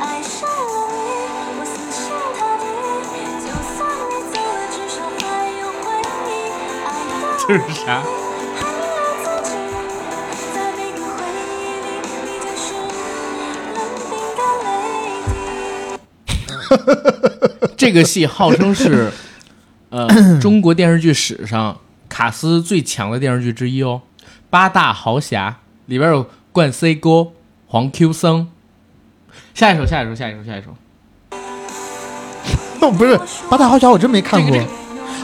F: 爱上了你，我死心塌地，就算你走了，至少还有回忆。爱到
A: 这是啥？
F: 还爱自己，在每个回忆里，你就是冷冰的泪滴。
A: 这个戏号称是，呃， 中国电视剧史上卡斯最强的电视剧之一哦，八大豪侠里边有冠 C 哥、黄 Q 僧。下一首，下一首，下一首，下一首。
C: 那、哦不是《八大豪侠》，我真没看过。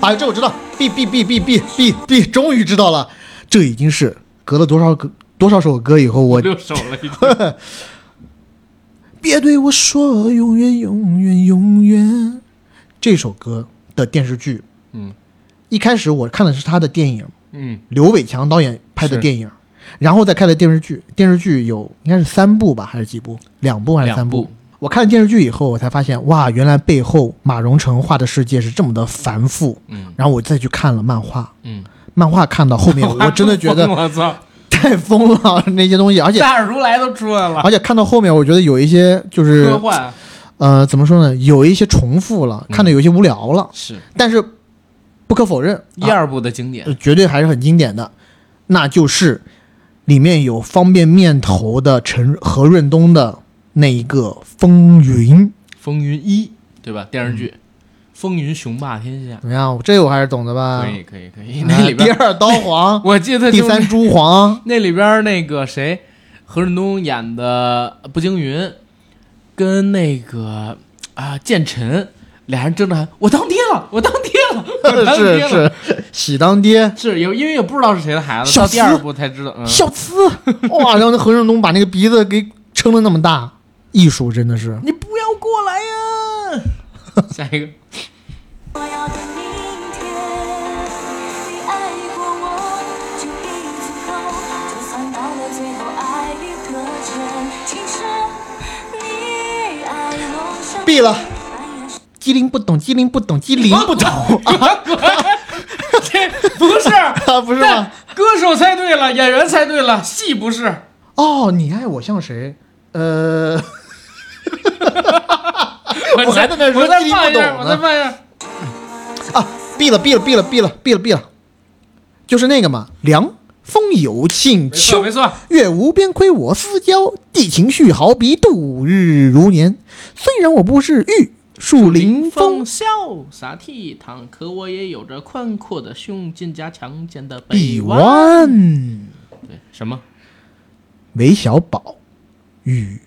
C: 哎，这我知道，B B B B B B B，终于知道了。这已经是隔了多少个多少首歌以后，我
A: 六首了已经。
C: 别对我说永远永远永远。这首歌的电视剧，
A: 嗯，
C: 一开始我看的是他的电影，
A: 嗯，
C: 刘伟强导演拍的
A: 是
C: 电影，然后再看的电视剧。电视剧有应该是三部吧，还是几部？两部还是
A: 两
C: 三
A: 部。
C: 我看电视剧以后，我才发现，哇，原来背后马荣成画的世界是这么的繁复。
A: 嗯
C: 然后我再去看了漫画，
A: 嗯，
C: 漫画看 到后面，我真的觉得
A: 我操，
C: 太疯了 那些东西，而且
A: 大耳如来都出来了，
C: 而且看到后面，我觉得有一些就是
A: 科幻嗯
C: 呃，怎么说呢，有一些重复了，看的有一些无聊了。
A: 是
C: 但是不可否认，
A: 一二部的经典
C: 呃，绝对还是很经典的，那就是里面有方便面头的陈何润东的那一个风云，
A: 风云一》，对吧？电视剧《风云雄霸天下
C: 怎么样？这我还是懂的吧？
A: 可 以可以可以，
C: 啊
A: 那里
C: 第
A: 边
C: 二刀 皇，
A: 我记得
C: 第
A: 就是
C: 三猪 皇，
A: 那里边那个谁，何润东演的步惊云，跟那个啊建晨俩人争着喊我当爹了，我当爹 了，我当爹
C: 是
A: 了。
C: 是喜当爹，
A: 是有，因为也不知道是谁的孩子，
C: 小
A: 到
C: 四
A: 第二部才知道。嗯，
C: 小呲，哇！然后那何润东把那个鼻子给撑的那么大，艺术真的是。
A: 你不要过来 呀！下一个，
F: 我要的明天，你爱过我就已足够，就算到了最后爱已搁浅，其实你爱我像
C: 闭了
F: 半夜时
C: 机灵不懂，机灵不懂，机灵不懂啊！
A: 这不是
C: 啊不是吗？
A: 但歌手猜对了，演员猜对了，戏不 是。
C: 哦，你爱我像谁？呃。
A: 我
C: 还在那说
A: 我再
C: 听不
A: 放一下，
C: 懂
A: 我
C: 呢
A: 再放一下。
C: 啊，毙了，毙了，毙了，毙了，毙了，毙了，就是那个嘛，凉风有庆
A: 没错
C: 秋
A: 没，错，
C: 月无边亏我思交，寄情绪好比度日如年。虽然我不是玉树临风，
A: 潇洒倜傥，可我也有着宽阔的胸襟加强健的
C: 臂
A: 臂弯。
C: 弯
A: 对，什么？
C: 韦小宝与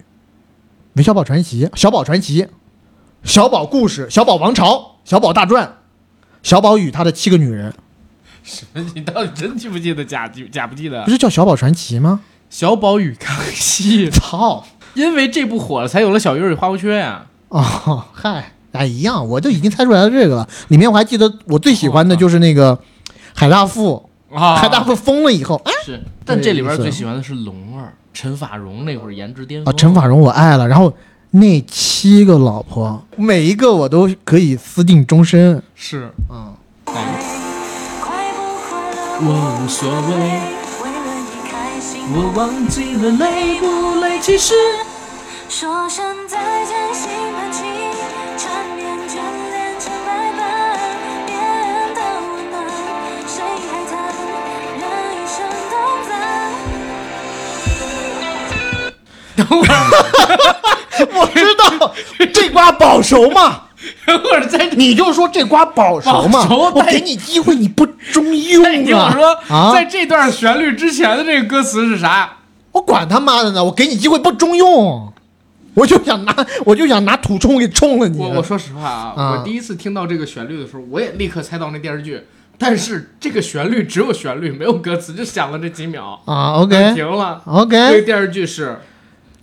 C: 韦小宝传奇》《小宝传奇》《小宝故事》《小宝王朝》《小宝大传》《小宝与他的七个女人》，
A: 你到底真记不记得？假记假不记得
C: 不？是叫《小宝传奇》吗？
A: 小宝与康熙，
C: 操！
A: 因为这部火了，才有了小鱼儿与花无缺呀、
C: 哦， 嗨，哎，一样，我就已经猜出来了这个了。里面我还记得我最喜欢的就是那个海大富，
A: 啊。 哦
C: 海大富疯了以后，哎
A: 是，但这里边
C: 对
A: 最喜欢的是龙儿，陈法蓉那会儿颜值巅
C: 啊，
A: 峰。
C: 陈法蓉我爱了，然后那七个老婆，每一个我都可以私定 终身。
A: 是，
C: 嗯，
A: 哎
F: 快不快乐
A: 我无所谓
F: 为了你开心。
A: 我忘记了累不累，其 实
F: 说声再见，心满情，缠绵眷恋成白般，别人的温暖，谁还谈？人一生短暂。
C: 我知道这瓜保熟嘛，
A: 等会儿 再
C: 你就说这瓜保熟嘛，
A: 保熟
C: 我
A: 但
C: 给你机会你不中用
A: 再听我
C: 啊！
A: 说，
C: 啊
A: 在这段旋律之前的这个歌词是啥？
C: 我管他妈的呢，我给你机会不中用，我就想拿我就想拿土冲给冲了你。
A: 我我说实话啊，
C: 啊
A: 我第一次听到这个旋律的时候，我也立刻猜到那电视剧，但是这个旋律只有旋律，没有歌词，就响了这几秒，
C: 啊
A: 停
C: ，OK
A: 了。这个
C: OK，
A: 电视剧是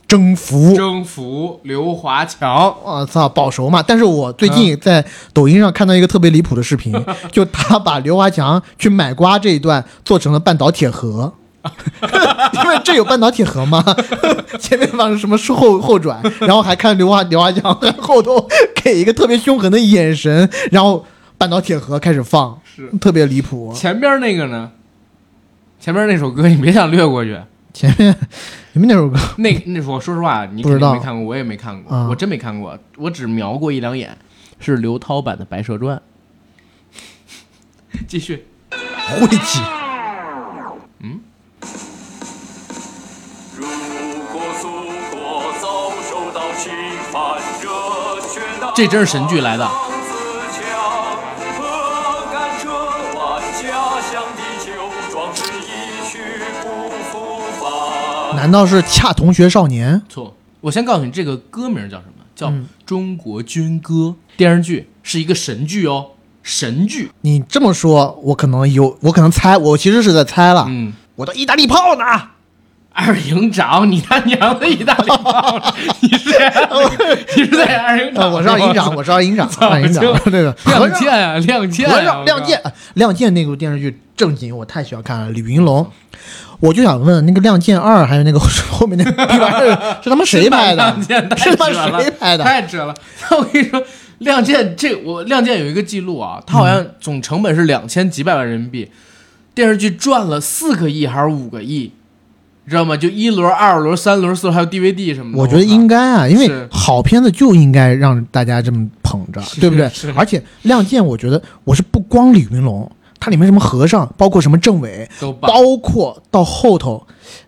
C: 征服
A: 《征服刘华强
C: 我操，保熟嘛！但是我最
A: 嗯
C: 近在抖音上看到一个特别离谱的 视频，就他把刘华强去买瓜这一段做成了半岛 铁盒。因为这有半岛铁盒吗？ 前面放什么后后转，然后还看刘华刘华强后头给一个特别凶狠的眼神，然后半岛铁盒开始放，
A: 是
C: 特别离谱》，。
A: 前边那个呢？前边那首歌你别想略过去。
C: 前面你们那首歌
A: 那那我说实话，啊你
C: 不
A: 肯
C: 知
A: 定
C: 道
A: 没看过，我也没看过，
C: 啊
A: 我真没看过，我只瞄过一两眼，是刘涛版的《白蛇传》。 继续，
C: 晦气，
G: 如果祖国遭受到侵犯，这权当
A: 这真是神剧来的
G: 自强何敢奢望家乡的旧壮士一去不复返。
C: 难道是恰同学少年？
A: 错。我先告诉你，这个歌名叫什么？叫
C: 嗯
A: 《中国军歌》电视剧，是一个神剧哦，神剧。
C: 你这么说，我可能有，我可能猜，我其实是在猜了。
A: 嗯，啊
C: 我的意大利炮呢？
A: 二营长，你他娘的意大利炮！你是啊你是在二营
C: 呃，
A: 长？
C: 我是二营 长，我是二营长，二营长
A: 早就
C: 那个和
A: 亮
C: 尚
A: 剑啊，亮剑啊，
C: 和
A: 我靠
C: 尚亮剑，，呃亮剑那部电视剧正经，我太喜欢看了。李云龙，我就想问，那个《亮剑二》还有那个 后面那个玩意儿是他妈谁拍的
A: 亮剑？太
C: 是他
A: 扯
C: 妈
A: 了
C: 谁拍的？
A: 太扯了！ 我跟你说，《亮剑》这我《亮剑》有一个记录啊，它好像
C: 嗯
A: 总成本是两千几百万人民币，电视剧赚了四个亿还是五个亿，你知道吗？就一轮、二轮、三轮、四轮，还有 DVD 什么的。
C: 我觉得
A: 靠
C: 应该啊，因为
A: 是
C: 好片子就应该让大家这么捧着，对不对
A: 是？
C: 而且《亮剑》，我觉得我是不光李云龙，它里面什么和尚，包括什么政委，
A: 都棒
C: 包括到后头，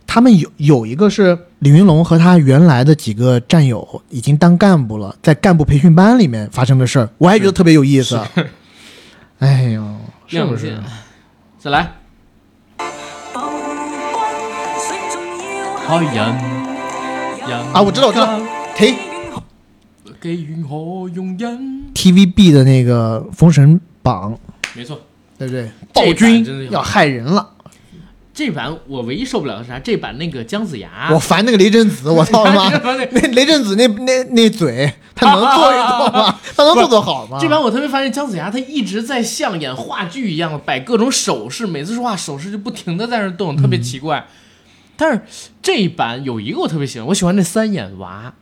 C: 他们有有一个是李云龙和他原来的几个战友已经当干部了，在干部培训班里面发生的事儿，我还觉得特别有意思。啊哎呦，是不
A: 亮
C: 是
A: 剑？再来，
D: 暴君水中要
A: 海人
C: 啊？我知道，我知道。嘿
A: 给云何容忍？
C: ，TVB 的那个《封神榜》，
A: 没错，
C: 对不对？
A: 这
C: 暴
A: 版真的
C: 君
A: 有
C: 要害人了。
A: 这版我唯一受不了的是啥？这版那个姜子牙，
C: 我烦那个雷震子，我操他妈！
A: 啊你烦那
C: 那雷震子那那那嘴，他能做一做 吗？他能做做好吗？
A: 这版我特别发现姜子牙他一直在像演话剧一样摆各种手势，每次说话手势就不停的在那儿动，特别奇怪。但是这一版有一个我特别喜欢，我喜欢那三眼娃，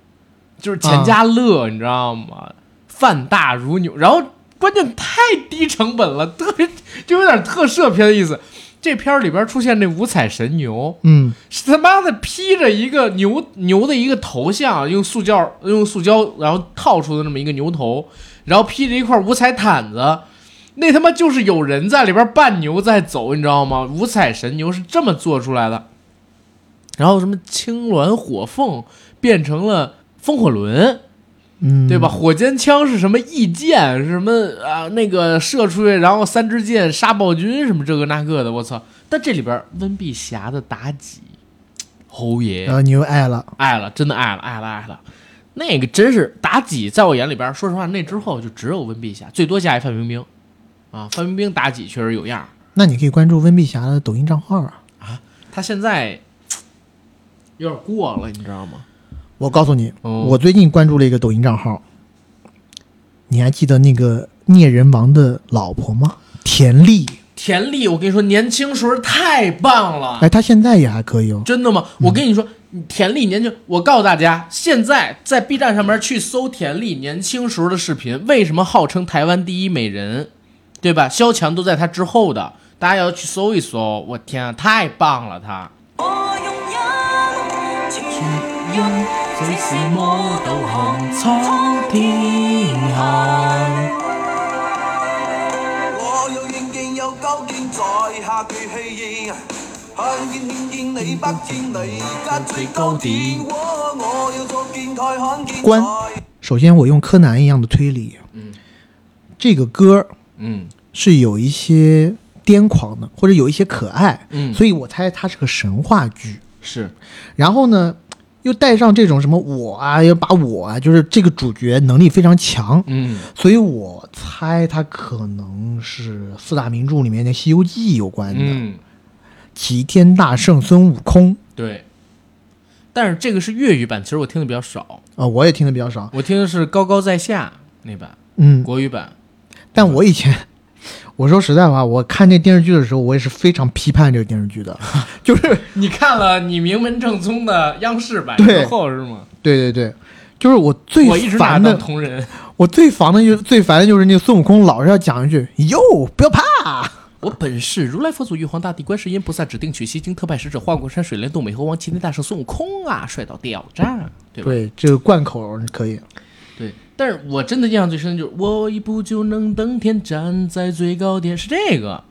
A: 就是钱嘉乐，你知道吗？范大如牛，然后关键太低成本了，特别就有点特摄片的意思。这片儿里边出现那五彩神牛，
C: 嗯，
A: 是他妈的披着一个牛牛的一个头像，用塑胶用塑胶然后套出的那么一个牛头，然后披着一块五彩毯子，那他妈就是有人在里边扮牛在走，你知道吗？五彩神牛是这么做出来的。然后什么青鸾火凤变成了风火轮，
C: 嗯
A: 对吧？？火尖枪是什么意箭？是什么啊、那个射出去，然后三支箭杀暴君什么这个那个的，我操！但这里边温碧霞的妲己，侯爷、哦
C: 啊然后你又爱了，
A: 爱了，真的爱了，爱了，爱了。那个真是妲己，在我眼里边儿，说实话，那之后就只有温碧霞，最多加一范冰冰，啊，范冰冰妲己确实有样儿。
C: 那你可以关注温碧霞的抖音账号啊。
A: 她现在有点过了，你知道吗？
C: 我告诉你，
A: 哦
C: 我最近关注了一个抖音账号，你还记得那个聂人王的老婆吗？田丽，
A: 田丽，我跟你说，年轻时候太棒了，
C: 哎，她现在也还可以哦。
A: 真的吗？我跟你说，田丽年轻，我告诉大家，现在在 B 站上面去搜田丽年轻时候的视频，为什么号称台湾第一美人，对吧？萧蔷都在她之后的，大家要去搜一搜。我天啊，太棒了，她
D: 我拥有，全因最是我導航蒼天下。
G: 我有遠見有高見，在下決氣焰。向見天見你北見你家最高點。我我要做見台看見
C: 關
G: 台。
C: 首先，我用柯南一样的推理，嗯，这个歌
A: 嗯，
C: 是有一些癫狂的，或者有一些可爱，
A: 嗯
C: 所以我猜它是个神话剧。
A: 是
C: 然后呢，又带上这种什么我啊，要把我啊，就是这个主角能力非常强，
A: 嗯，
C: 所以我猜他可能是四大名著里面的《西游记》有关的，
A: 嗯，
C: 齐天大圣孙悟空
A: 对。但是这个是粤语版，其实我听的比较少，
C: 啊、我也听的比较少，
A: 我听的是高高在下那版
C: 嗯，
A: 国语版。
C: 但
A: 嗯
C: 我以前。 我说实在话，我看这电视剧的时候，我也是非常批判这个电视剧的， 就是
A: 你看了你名门正宗的央视版
C: 对
A: 之后是吗？
C: 对对对，就是我最
A: 我一直拿
C: 烦
A: 当
C: 的，
A: 同人。
C: 我最烦的就是最烦的就是那个孙悟空老是要讲一句“哟，不要怕”，
A: 我本是如来佛祖、玉皇大帝、观世音菩萨指定取西经特派使者、花果山水帘洞、美猴王、齐天大圣、孙悟空啊，帅到掉渣，对吧？
C: 对，这个贯口可以。
A: 对。但是我真的印象最深的就是我一步就能登天，站在最高点，是这个。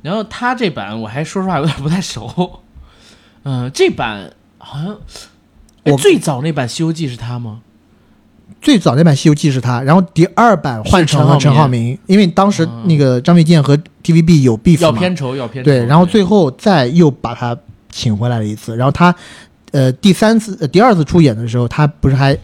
A: 然后他这版我还说实话有点不太熟， 嗯、这版好像，哎
C: 我
A: 最早那版《西游记》是他吗？
C: 最早那版《西游记》是他，然后第二版换成了
A: 是陈
C: 陈
A: 浩
C: 浩
A: 民
C: 民，因为当时那个张卫健和 TVB 有 beef
A: 要
C: 嘛
A: 片酬，要片酬。
C: 对，然后最后再又把他请回来了一次，然后他。呃，第三次、呃、第二次出演的时候，他不是还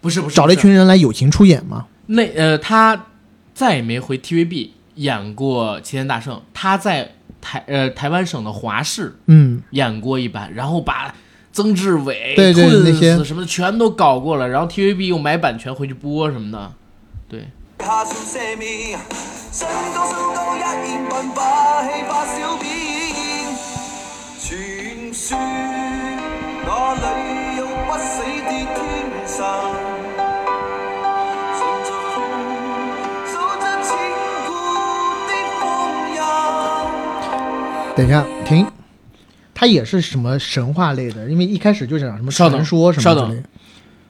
A: 不是不是
C: 找了一
A: 不是
C: 群人来友情出演吗？
A: 那呃，他再也没回 TVB 演过《齐天大圣》，他在台呃台湾省的华视
C: 嗯，
A: 演过一版，然后把曾志伟、
C: 对对
A: Twins
C: 那些
A: 什么的全都搞过了，然后 TVB 又买版权回去播什么的，对，
G: 下笑赦面，信到信到一言笨不起不小便。傳說那裏有不死的天神，乘着風，數着千古的風印。
C: 等一下，停，他也是什么神话类的，因为一开始就讲什么
A: 稍等
C: 传说什
A: 稍
C: 么
A: 等
C: 之类的。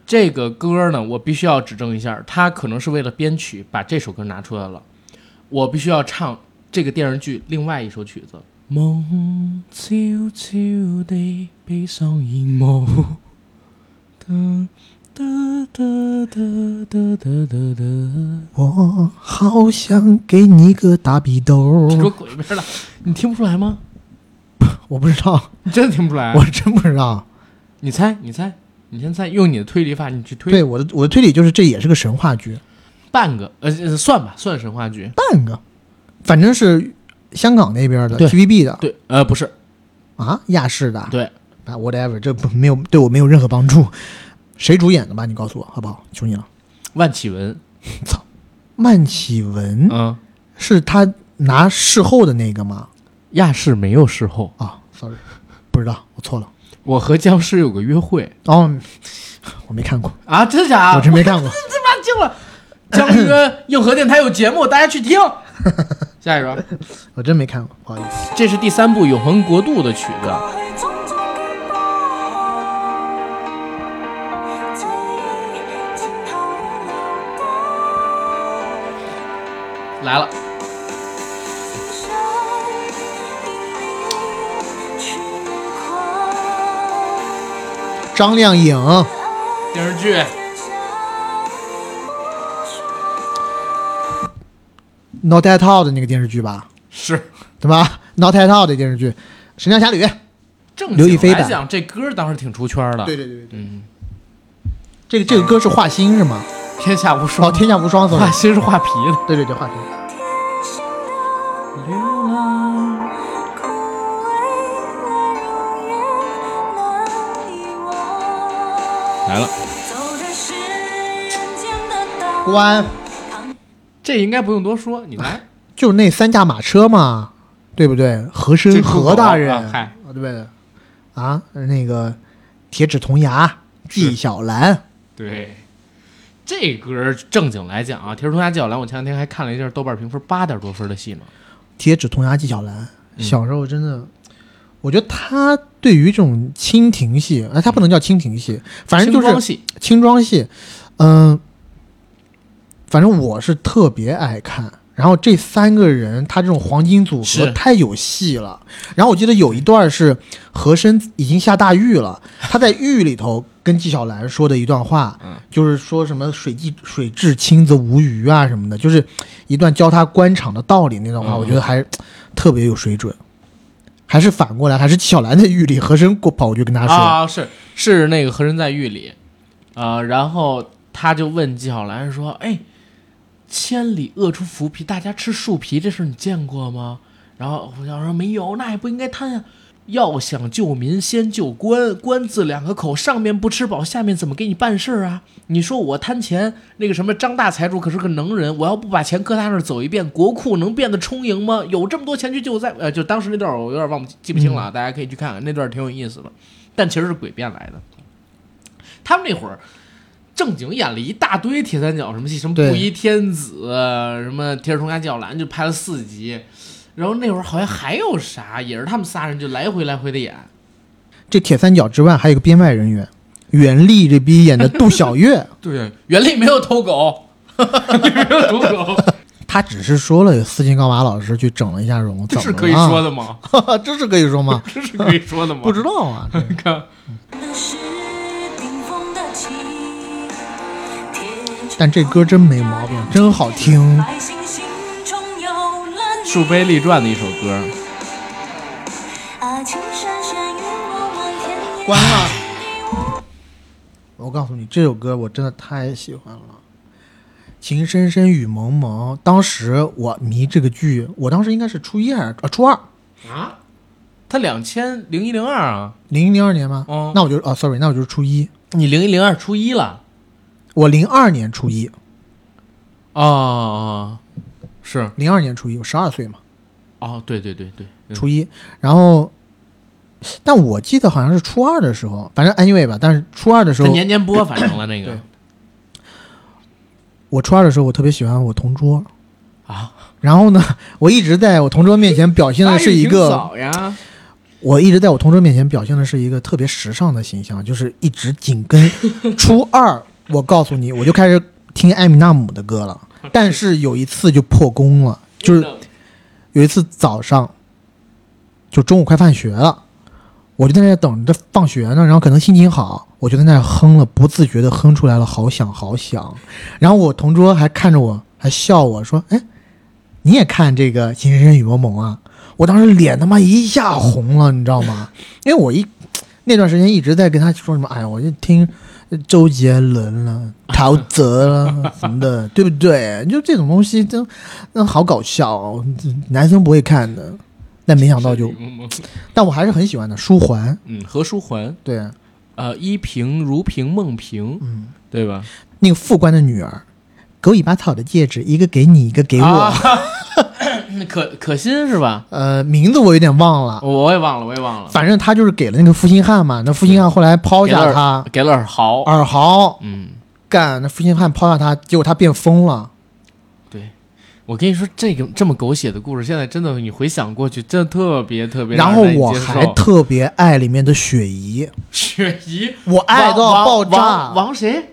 A: 这个歌呢，我必须要指正一下，他可能是为了编曲把这首歌拿出来了。我必须要唱这个电视剧另外一首曲子。梦悄悄地闭上眼眸，哒哒哒哒哒哒哒哒。
C: 我好想给你个大逼 兜
A: 你
C: 儿
A: 给我，滚一边了！你听不出来吗？
C: 我不知道，
A: 你真的听不出来？
C: 我真不知道。
A: 你猜，你猜，你先猜，用你的推理法，你去推
C: 对，我的我的推理就是这也是个神话剧，
A: 半个，呃，呃算吧，算神话剧。
C: 半个，反正是香港那边的
A: 对
C: TVB 的
A: 对，呃，不是，
C: 啊，亚视的，
A: 对，
C: 啊，whatever，这不没有对我没有任何帮助。谁主演的吧？你告诉我好不好？求你了。
A: 万绮雯，
C: 曼启文、
A: 嗯，
C: 是他拿事后的那个吗？
A: 亚视没有事后，
C: 啊，sorry，不知道，我错了。
A: 我和僵尸有个约会
C: 哦，我没看过，
A: 啊，真假？
C: 我真 没看过。
A: 这妈惊了！江约硬核电台有节目，大家去 听。下一首，
C: 我真没看过，不好意思。
A: 这是第三部《永恒国度》的曲子，啊
D: 种种的疤痕，追前头路多
A: 来了，
D: 深，一痴狂，
C: 张靓颖，
A: 电视剧。
D: 天生不输。
C: 《Not at All》的那个电视剧吧，
A: 是
C: 对吧？《Not at All》的电视剧，《神雕侠侣》。
A: 正
C: 刘亦
A: 经
C: 菲
A: 来
C: 版
A: 啊讲，这歌当时挺出圈的。
C: 对对对对对，
A: 嗯，
C: 这个这个歌是画心是吗？
A: 天下无双
C: 哦，，天下无双，
A: 画心是画皮的。
C: 对对对，画心。
A: 流浪，
F: 枯萎了容颜难遗忘。
A: 来了，
F: 走着时间的道
C: 国安
A: 这应该不用多说，你来。
C: 就那三驾马车嘛，对不对？和
A: 这
C: 珅、
A: 出口
C: 和大
A: 啊
C: 人，
A: 嗨
C: 对不对？啊，那个铁齿铜牙、纪晓岚，
A: 对，哎这歌正经来讲啊，《铁齿铜牙纪晓岚》，我前两天还看了一下豆瓣评分八点多分的戏呢。
C: 铁齿铜牙、纪晓岚，
A: 嗯
C: 小时候真的，我觉得他对于这种清廷戏，啊，他不能叫清廷戏，反正就
A: 清
C: 是
A: 装戏，
C: 清装戏，嗯、反正我是特别爱看。然后这三个人，他这种黄金组合
A: 是
C: 太有戏了。然后我记得有一段是和珅已经下大狱了，他在狱里头跟纪晓岚说的一段话，就是说什么水既水至清则无鱼啊什么的，就是一段教他官场的道理那段话，我觉得还特别有水准。还是反过来，还是纪晓岚在狱里，和珅过跑过去跟他说，
A: 啊，是是那个和珅在狱里，呃，然后他就问纪晓岚说：“哎，千里饿出浮皮，大家吃树皮这事儿你见过吗？”然后胡笑说：“没有，那也不应该贪呀。要想救民，先救官。官字两个口，上面不吃饱，下面怎么给你办事儿啊？你说我贪钱，那个什么张大财主可是个能人，我要不把钱搁他那儿走一遍，国库能变得充盈吗？有这么多钱去救灾，呃，就当时那段儿我有点忘不记不
C: 嗯
A: 清了啊，大家可以去看看，那段儿挺有意思的。但其实是鬼变来的。他们那会儿正经演了一大堆铁三角什么戏，什么
C: 对
A: 布衣天子，什么铁齿铜牙纪晓岚，就拍了四集。然后那会儿好像还有啥，也是他们仨人就来回来回的演。
C: 这铁三角之外，还有一个编外人员，袁立这逼演的杜小月，
A: 对，袁立没有偷狗， 没有偷狗，
C: 他只是说了斯琴高娃老师去整了一下容，
A: 这
C: 怎
A: 是
C: 么
A: 可以
C: 了
A: 说的吗？
C: 这是可以说吗？
A: 这是可以说的吗？
C: 不知道啊，这
A: 你看，
F: 的是顶峰的起，
C: 但这歌真没毛病，真好听。
F: 百姓心中有了你。
A: 树碑立传的一首歌，
F: 啊，青山山雨蒙蒙天也
C: 关了。我告诉你，这首歌我真的太喜欢了，《情深深雨蒙蒙》。当时我迷这个剧，我当时应该是初一还是啊初二，
A: 啊，他两千零一零二啊，
C: 零一零二年吗？
A: 嗯
C: 那我就啊，sorry，那我就是初一，
A: 你零一零二初一了。
C: 我零二年初一，
A: 哦，是
C: 零二年初一，我十二岁嘛。
A: 哦，对对对对，嗯
C: 初一，然后，但我记得好像是初二的时候，反正 anyway 吧，但是初二的时
A: 他
C: 候，
A: 年年播，反正了那个
C: 对我初二的时候，我特别喜欢我同桌，
A: 啊，
C: 然后呢，我一直在我同桌面前表现的是一
A: 哎挺
C: 个，
A: 早呀，
C: 我一直在我同桌面前表现的是一个特别时尚的形象，就是一直紧 跟初二，我告诉你，我就开始听艾米纳姆的 歌了，但是有一次就破功了，就是有一次早上，就中午快放学了，我就在那等着放学呢，然后可能心情好，我就在那哼了，不自觉的哼出来了，好想好想。然后我同桌还看着我，还笑我说：“哎，你也看这个《情深深雨蒙蒙》啊？”我当时脸他妈一下红了，你知道吗？ 因为我一那段时间一直在跟他说什么，哎呀，我就听周杰伦了、陶喆了什么的，对不对？就这种东西真那好搞笑、哦，男生不会看的。但没想到就，但我还是很喜欢的。书桓，
A: 嗯，何书桓，
C: 对，
A: 呃，依萍、如萍、孟萍，
C: 嗯，
A: 对吧？
C: 那个副官的女儿，狗尾巴草的戒指，一个给你，一个给我。
A: 啊那 可可心是吧？
C: 呃，名字我有点忘了，
A: 我也忘了，我也忘了。
C: 反正他就是给了那个负心汉嘛。那负心汉后来抛
A: 给了
C: 下
A: 尔
C: 他，啊
A: 给了尔豪，
C: 尔豪
A: 嗯，
C: 干，那负心汉抛下他，结果他变疯了。
A: 对。我跟你说，这个这么狗血的故事，现在真的你回想过去，真的特别特别
C: 然
A: 让
C: 后
A: 人难以接
C: 我
A: 受。
C: 还特别爱里面的雪姨，
A: 雪姨，
C: 我爱到
A: 王
C: 爆炸
A: 王王王谁？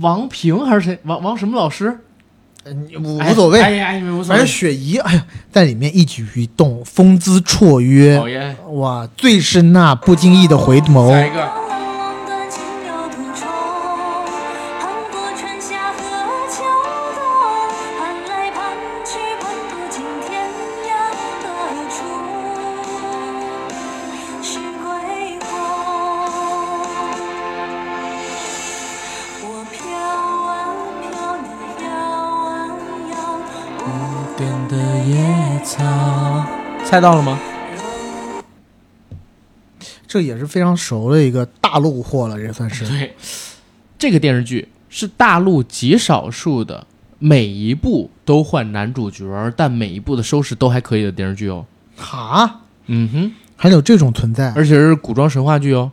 A: 王平还是谁？王王什么老师？
C: 无无所谓，
A: 哎呀，哎呀，无所谓
C: 反正。雪姨，哎呀，在里面一举一动风姿绰约，
A: 讨厌。哎
C: 哇，最是那不经意的回
A: 下
C: 眸
A: 一。
C: 哦
A: 个，
F: 冷冷的情有独钟，盼过春夏和秋冬，盼来盼去盼不尽天涯何处是归鸿。
A: 猜到了吗？
C: 这也是非常熟的一个大陆货了，这算 是。
A: 对，这个电视剧是大陆极少数的，每一部都换男主角，但每一部的收视都还可以的电视剧哦。
C: 哈，
A: 嗯哼，
C: 还有这种存在，
A: 而且是古装神话剧哦，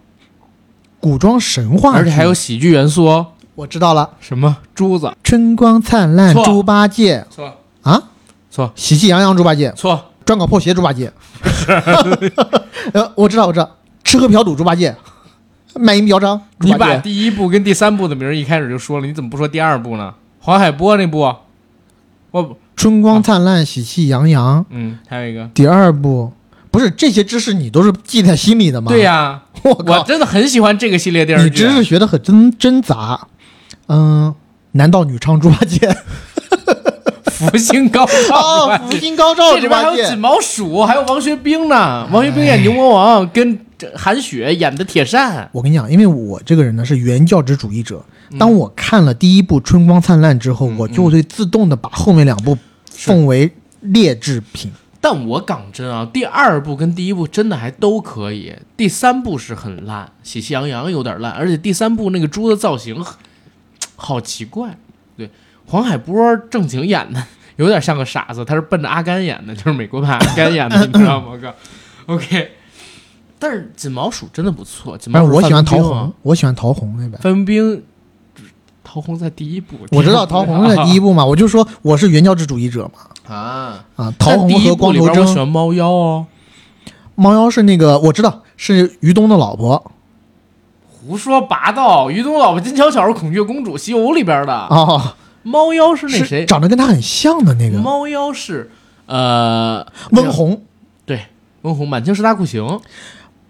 C: 古装神话，
A: 而且还有，喜剧元素哦。
C: 我知道了，
A: 什么珠子？
C: 春光灿烂
A: 错
C: 猪八戒
A: 错
C: 啊，
A: 错
C: 喜气洋洋猪八戒，
A: 错，
C: 专搞破鞋猪八 戒，呃，我知道，我知道，吃喝嫖赌猪八戒，卖淫嫖娼猪
A: 你
C: 八
A: 把
C: 戒，
A: 第一部跟第三部的名儿一开始就说了，你怎么不说第二部呢？黄海波那部，啊我
C: 春光灿烂喜气洋洋，
A: 嗯，还有一个，
C: 第二部。不是这些知识你都是记在心里的吗？
A: 对、呀、
C: 我
A: 我
C: 靠，
A: 真的很喜欢这个系列电视
C: 你
A: 剧啊
C: 知。识学的很真真杂。嗯，男盗女娼猪八戒，
A: 福星高照，
C: 哦，福星高照
A: 这里
C: 猪
A: 边还
C: 八
A: 有锦
C: 戒，
A: 毛鼠，还有王学兵呢。王学兵演牛魔王，跟这韩雪演的铁扇。
C: 我跟你讲，因为我这个人呢是原教旨主义者，
A: 嗯
C: 当我看了第一部《春光灿烂》之后，我就会自动的把后面两
A: 嗯
C: 部奉为劣质品。
A: 但我讲真啊，第二部跟第一部真的还都可以，第三部是很烂，喜气洋洋有点烂，而且第三部那个猪的造型嘖好奇怪。对，黄海波正经演的有点像个傻子，他是奔着阿甘演的，就是美国版阿甘演的，你知道吗？哥，OK。但是锦毛鼠真的不错，锦毛
C: 但
A: 鼠
C: 是我喜欢
A: 范
C: 桃
A: 冰冰啊
C: 红，我喜欢桃红 那版。
A: 范冰冰，陶虹在第一部，
C: 我知道桃红在第一 部嘛，我就说我是原教旨主义者嘛。
A: 啊，
C: 啊，桃
A: 但
C: 红
A: 第一
C: 和
A: 部
C: 光
A: 里
C: 头
A: 边我喜
C: 争，
A: 欢猫妖哦，
C: 猫妖是那个我知道是于东的老婆
A: 胡说八道，于东老婆金巧巧是孔雀公主西游里边的，
C: 哦，
A: 猫妖啊是那
C: 是
A: 谁？
C: 长得跟他很像的那个
A: 猫妖是呃
C: 温，红。
A: 对，温红，满清十大酷刑，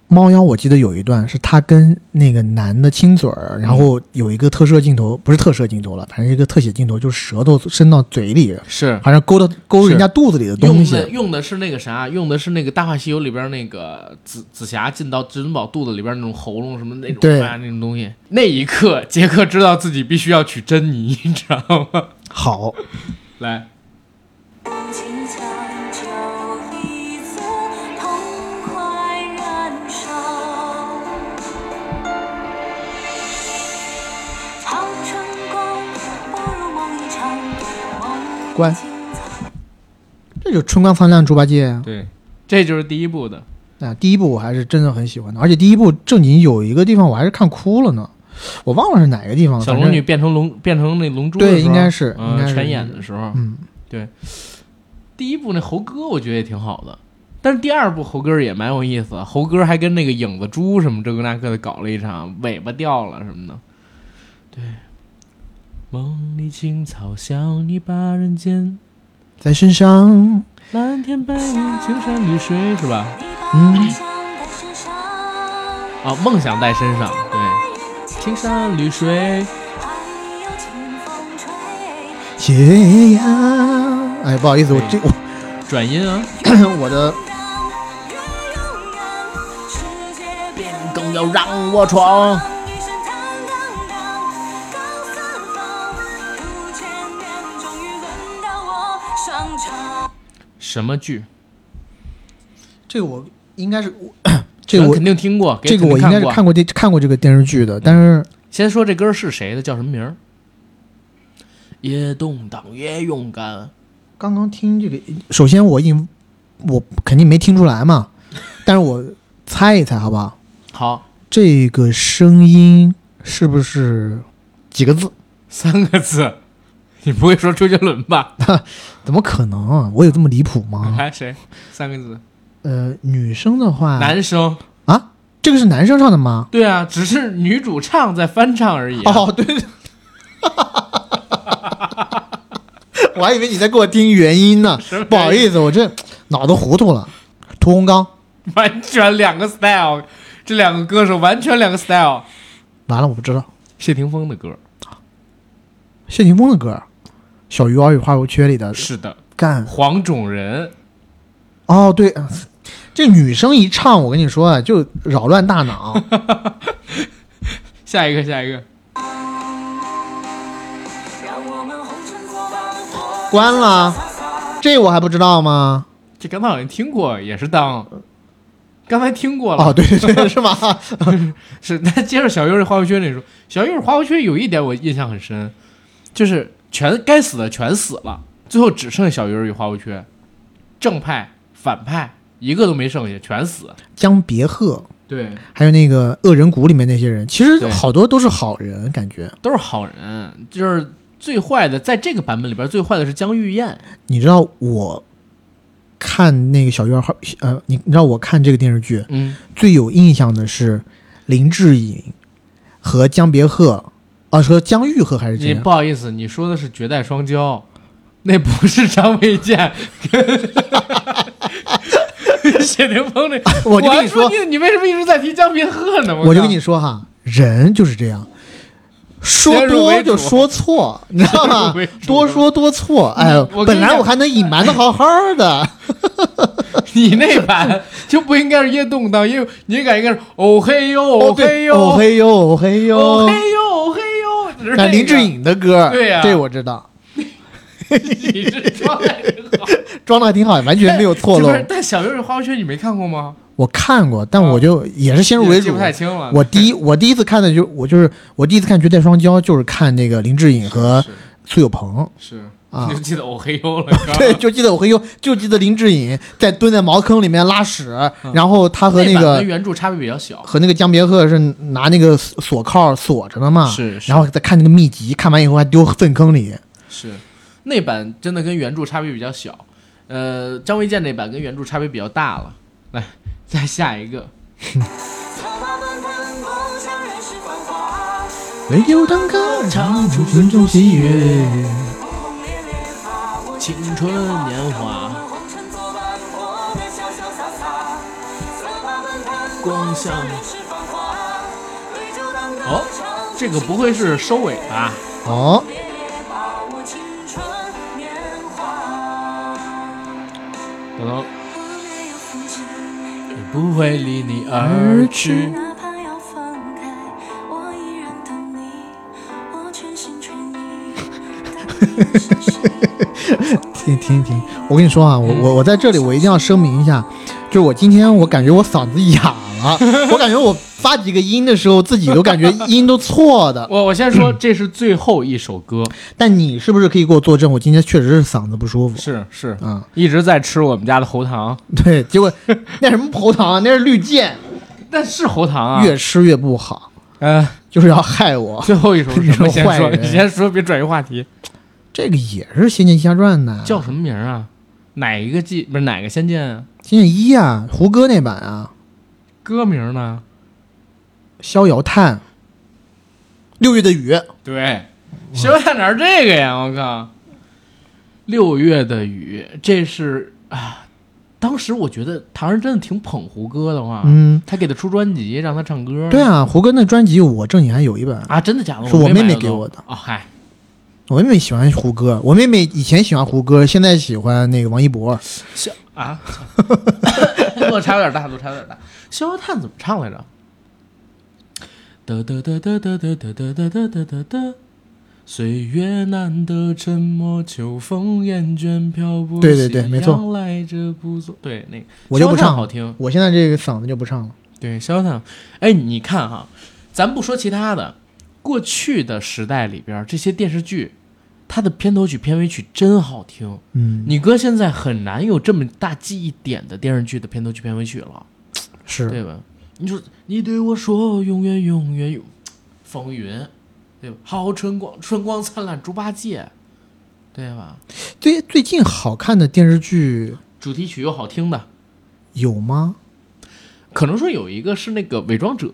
C: 猫妖，我记得有一段是他跟那个男的亲嘴儿，然后有一个特摄镜头，不是特摄镜头了，反正一个特写镜头，就是舌头伸到嘴里，
A: 是。
C: 好像勾到勾人家肚子里的东
A: 用
C: 西
A: 的。用的是那个啥，用的是那个《大话西游》里边那个紫紫霞进到至尊宝肚子里边那种喉咙什么那种
C: 对
A: 啊那种东西。那一刻，杰克知道自己必须要娶珍妮，你知道吗？
C: 好，
A: 来，
F: 轻巧就一色，痛快燃烧。长春光，不如梦一场，梦
C: 关
F: 清草。
C: 这就是春光灿烂猪八戒啊！
A: 对，这就是第一部的。
C: 啊，第一部我还是真的很喜欢的，而且第一部正经有一个地方我还是看哭了呢，我忘了是哪个地方了。
A: 小
C: 反
A: 龙
C: 正
A: 女变成龙，变成那龙珠的时候，
C: 对应该是应该
A: 嗯，
C: 是
A: 全演的时候，
C: 嗯，
A: 第一部那猴哥我觉得也挺好的，但是第二部猴哥也蛮有意思，猴哥还跟那个影子猪什么这个那个的搞了一场，尾巴掉了什么的，对。梦里青草香，你把人间
C: 在身上
A: 蓝天白云、青山绿水是吧？
F: 你把梦想带身
A: 啊，梦想在
F: 上，
A: 身上，对，青
F: 青
A: 山绿水，
F: 还有清风吹。
C: 斜阳。哎，不好意思，我这我
A: 转音啊，
C: 我的
F: 让越勇敢，世界变得
A: 更要让我闯。
F: 一身坦荡荡，高四方，五千年终于轮到我上场。
A: 什么剧？
C: 这个我 应该是这个
A: 咱
C: 我
A: 肯定听过，给
C: 这个我应
A: 肯定
C: 该是
A: 过
C: 看过这看过这个电视剧的，但是
A: 先说这歌是谁的，叫什么名儿？越动荡越勇敢。
C: 刚刚听这个，首先我已经我肯定没听出来 嘛，但是我猜一猜好不好？
A: 好，
C: 这个声音是不是几个字？
A: 三个字，你不会说周杰伦吧？
C: 怎么可能啊、我有这么离谱吗？
A: 来谁？三个字，
C: 呃，女生的话，
A: 男生。
C: 啊，这个是男生唱的吗？
A: 对啊，只是女主唱在翻唱而已啊、
C: 哦，对。 我还以为你在给我听原音呢，不好意思，我这脑子糊涂了。屠洪刚，
A: 完全两个 style，这两个歌手完全两个 style。
C: 完了，我不知道。
A: 谢霆锋的歌，
C: 谢霆锋的歌，《小鱼儿与花无缺》里的
A: 是的，
C: 干
A: 黄种人，
C: 哦，对，嗯这女生一唱，我跟你说啊，就扰乱大脑。
A: 下一个，下一个，
F: 让我们红尘作伴，
C: 关了，这我还不知道吗？
A: 这刚才好像听过，也是当刚才听过了，
C: 哦，对对对，是吗？
A: 是， 那接着小优花无缺那说，小优花无缺有一点我印象很深，就是全该死的全死了，最后只剩小优与花无缺，正派反派一个都没剩下，全死。
C: 江别鹤，
A: 对，
C: 还有那个恶人谷里面那些人，其实
A: 对
C: 好多都是好人，感觉。
A: 都是好人，就是最坏的，在这个版本里边最坏的是江玉燕。
C: 你知道我看那个小院儿，呃，你你知道我看这个电视剧
A: 嗯，
C: 最有印象的是林志颖和江别鹤，啊，和江玉鹤还是
A: 你
C: 谁啊？
A: 不好意思，你说的是绝代双骄，那不是张卫健。 跟谢霆锋那，
C: 我就跟你
A: 还说
C: 说
A: 你，你为什么一直在提江别鹤呢？
C: 我就跟
A: 靠
C: 你说哈，人就是这样。说
A: 先入
C: 多
A: 为
C: 就
A: 主
C: 说 错，你知道
A: 先
C: 吗
A: 入为？主嗯
C: 多说多错。哎
A: 我跟你，
C: 本来
A: 讲
C: 我还能隐瞒的好好的，
A: 你那版就不应该是夜动荡，因为你感应该是哦嘿呦
C: 哦
A: 哦嘿
C: 对
A: 呦
C: 哦
A: 哦嘿
C: 嘿呦，哦嘿
A: 呦
C: 呦，
A: 哦嘿呦，只是
C: 那
A: 那
C: 林
A: 个
C: 志，颖的歌，
A: 对呀
C: 这我知道，
A: 你是装的真好，
C: 装的还挺好，完全没有 错
A: 这
C: 漏
A: 不。是但小月与花无缺你没看过吗？
C: 我看过，但我就也是先入为
A: 哦记
C: 主
A: 不。太清了。
C: 我第一我第一次看的就我就是我第一次看《绝代双骄》，就是看那个林志颖和
A: 是
C: 苏有朋。
A: 是，
C: 啊
A: 你就记得哦嘿呦了。是吧
C: 对，，就记得我会用，就记得林志颖在蹲在茅坑里面拉屎，然后他和
A: 嗯那
C: 那
A: 版
C: 个
A: 跟原著差别比较小。
C: 和那个江别鹤是拿那个锁锁铐锁着的嘛，
A: 是是
C: 然后再看那个秘籍，看完以后还丢粪坑里。
A: 是，那版真的跟原著差别比较小。呃，张卫健那版跟原著差别比较大了。来，再下一个，
D: 策马奔腾，共享人世繁华。
C: 唯有当歌唱出心中喜悦。
D: 轰轰烈烈把握
A: 青春年华。
D: 红尘作伴，活得潇潇洒洒。策马奔腾，
A: 光
D: 共
A: 向
D: 享人世繁华。对酒当歌，
A: 哦
D: 唱
A: 这个不会是收尾吧？
C: 哦，
D: 烈烈把握青春年华。
A: 可能
D: 我没有风景。
A: 不会离你而去。
D: 哪怕要放开，我依然等你，我全心全意。
C: 停停停！我跟你说啊，我我我在这里我一定要声明一下，就是我今天我感觉我嗓子哑了，我感觉我发几个音的时候自己都感觉音都错的。
A: 我我先 说，这是最后一首歌，
C: 但你是不是可以给我作证？我今天确实是嗓子不舒服。
A: 是是
C: 啊，
A: 一直在吃我们家的喉糖，
C: 对，结果那什么喉糖啊，那是绿箭，
A: 但是喉糖啊。
C: 越吃越不好，
A: 呃，
C: 就是要害我。
A: 最后一首是什么？
C: 你这
A: 先
C: 种坏
A: 说，
C: 人
A: 你 先说，别转移话题。
C: 这个也是《仙剑奇侠传》的，
A: 叫
C: 《
A: 什么名儿啊？哪一个季不是哪个仙剑啊？
C: 仙剑一》啊，胡歌那版啊，
A: 歌名呢？
C: 逍遥叹，六月的雨，
A: 对，修在哪儿这个呀？我靠！六月的雨，这是啊，当时我觉得唐人真的挺捧胡歌的话，
C: 嗯，
A: 他给他出专辑让他唱歌，
C: 对啊，胡歌那专辑我正经还有一本，
A: 啊，真的假的？
C: 是我
A: 没
C: 妹妹
A: 买到
C: 给我的
A: 哦，嗨，
C: 我妹妹喜欢胡歌，我妹妹以前喜欢胡歌，现在喜欢那个王一博，
A: 小啊， 落差有点大，落差有点大。逍遥叹怎么唱来着？哒哒哒哒哒哒哒哒哒哒哒哒哒。岁月难得沉默，秋风厌倦漂泊。
C: 对对对没错。
A: 来者不作，对那个
C: 我就不
A: 逍遥
C: 唱
A: 叹好听。
C: 我现在这个嗓子就不唱了。
A: 对，逍遥叹，哎，你看哈，咱不说其他的，过去的时代里边儿，这些电视剧，它的片头曲、片尾曲真好听。
C: 嗯，
A: 你哥现在很难有这么大记忆点的电视剧的片头曲、片尾曲了，
C: 是
A: 对吧？你说你对我说永远永远永，风云，对吧？好春光，春光灿烂猪八戒，对吧？
C: 最最近好看的电视剧
A: 主题曲又好听的，
C: 有吗？
A: 可能说有一个是那个伪装者，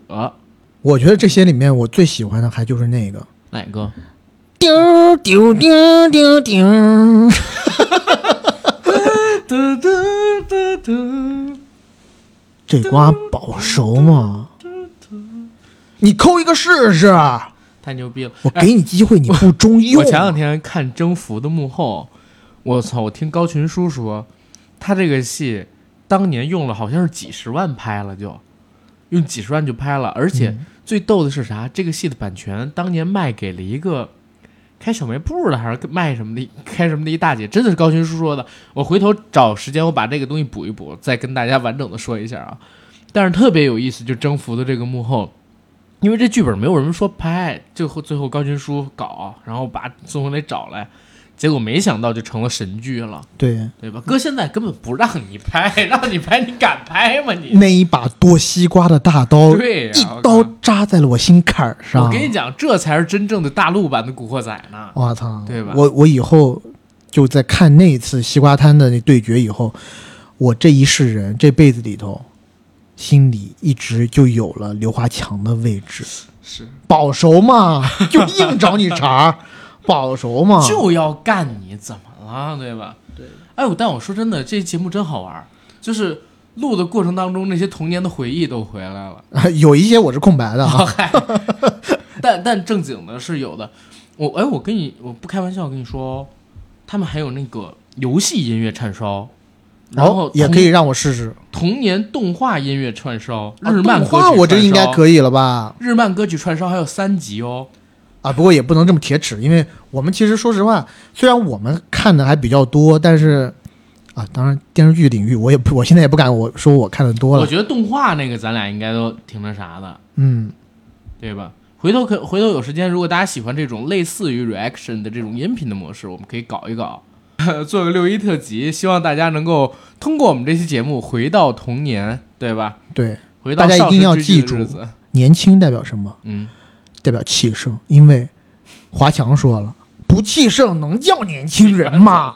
C: 我觉得这些里面我最喜欢的还就是那个
A: 哪个？
C: 丢丢丢丢丢，
A: 哒哒哒哒。
C: 这瓜保熟吗？你抠一个试试，
A: 太牛逼了！哎
C: 我给你机会，你不中用。
A: 啊我前两天看《征服》的幕后，我操！我听高群书说，他这个戏当年用了好像是几十万拍了就，用几十万嗯就拍了，而且最逗的是啥？这个戏的版权当年卖给了一个开小卖部的还是卖什么的，开什么的一大姐，真的是高群叔说的。我回头找时间，我把这个东西补一补，再跟大家完整的说一下啊。但是特别有意思，就征服的这个幕后，因为这剧本没有人说拍，最后最后高群叔搞，然后把孙红雷找来，结果没想到就成了神剧了，
C: 对，
A: 对吧？搁现在根本不让你拍，让你拍你敢拍吗你？
C: 那一把剁西瓜的大刀，
A: 对呀
C: 一刀扎在了我心坎儿上。
A: 我跟你讲，这才是真正的大陆版的《古惑仔》呢。
C: 我操，
A: 对吧
C: 我我以后就在看那一次西瓜摊的那对决以后，我这一世人这辈子里头，心里一直就有了刘华强的位置，
A: 是，
C: 保熟嘛，就硬找你茬儿，保熟嘛，
A: 就要干你，怎么了？对吧？对。哎，我但我说真的，这节目真好玩儿，就是录的过程当中，那些童年的回忆都回来了。
C: 有一些我是空白的啊，
A: 但但正经的是有的。我哎，我跟你，我不开玩笑跟你说哦，他们还有那个游戏音乐串烧， 然后
C: 哦也
A: 童
C: 可以让我试试。
A: 童年动画音乐串烧，
C: 啊
A: 日漫
C: 动
A: 歌
C: 画
A: 曲
C: 我这应该
A: 以。
C: 可以了吧？
A: 日漫歌曲串烧还有三集哦，
C: 啊，不过也不能这么铁齿，因为我们其实说实话，虽然我们看的还比较多，但是啊，当然电视剧领域我也不，我现在也不敢我说我看的多
A: 我
C: 了。
A: 觉得动画那个咱俩应该都挺那啥的，
C: 嗯，
A: 对吧？回头可回头有时间，如果大家喜欢这种类似于 reaction 的这种音频的模式，我们可以搞一搞， 做个六一特辑。希望大家能够通过我们这期节目回到童年，对吧？
C: 对，
A: 回到
C: 大家一
A: 少
C: 定
A: 时
C: 要
A: 之地
C: 记
A: 的日
C: 住
A: 子
C: 年轻代表什么？
A: 嗯，
C: 代表气盛，因为华强说了，不气盛能叫年轻人吗？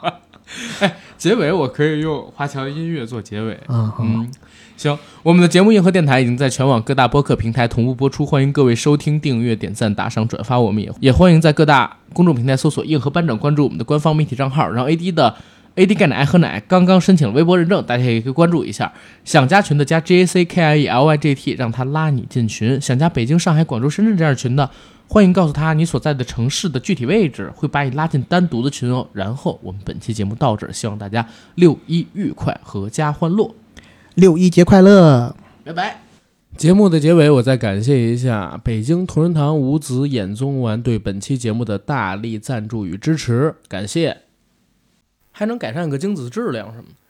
A: 结尾我可以用华强音乐做结尾。
C: 啊，好
A: 嗯，行，我们的节目《硬核电台》已经在全网各大播客平台同步播出，欢迎各位收听、订阅、点赞、打赏、转发。我们也也欢迎在各大公众平台搜索“硬核班长”，关注我们的官方媒体账号。然后 AD 的 AD 钙奶爱喝奶刚刚申请了微博认证，大家也可以关注一下。想加群的加 J A C K I E L Y G T，让他拉你进群。想加北京、上海、广州、深圳这样的群的，欢迎告诉他你所在的城市的具体位置，会把你拉进单独的群哦。然后我们本期节目到这儿，希望大家六一愉快，阖家欢乐。
C: 六一节快乐！
A: 拜拜。
H: 节目的结尾，我再感谢一下北京同仁堂五子衍宗丸对本期节目的大力赞助与支持，感谢。还能改善个精子质量什么的。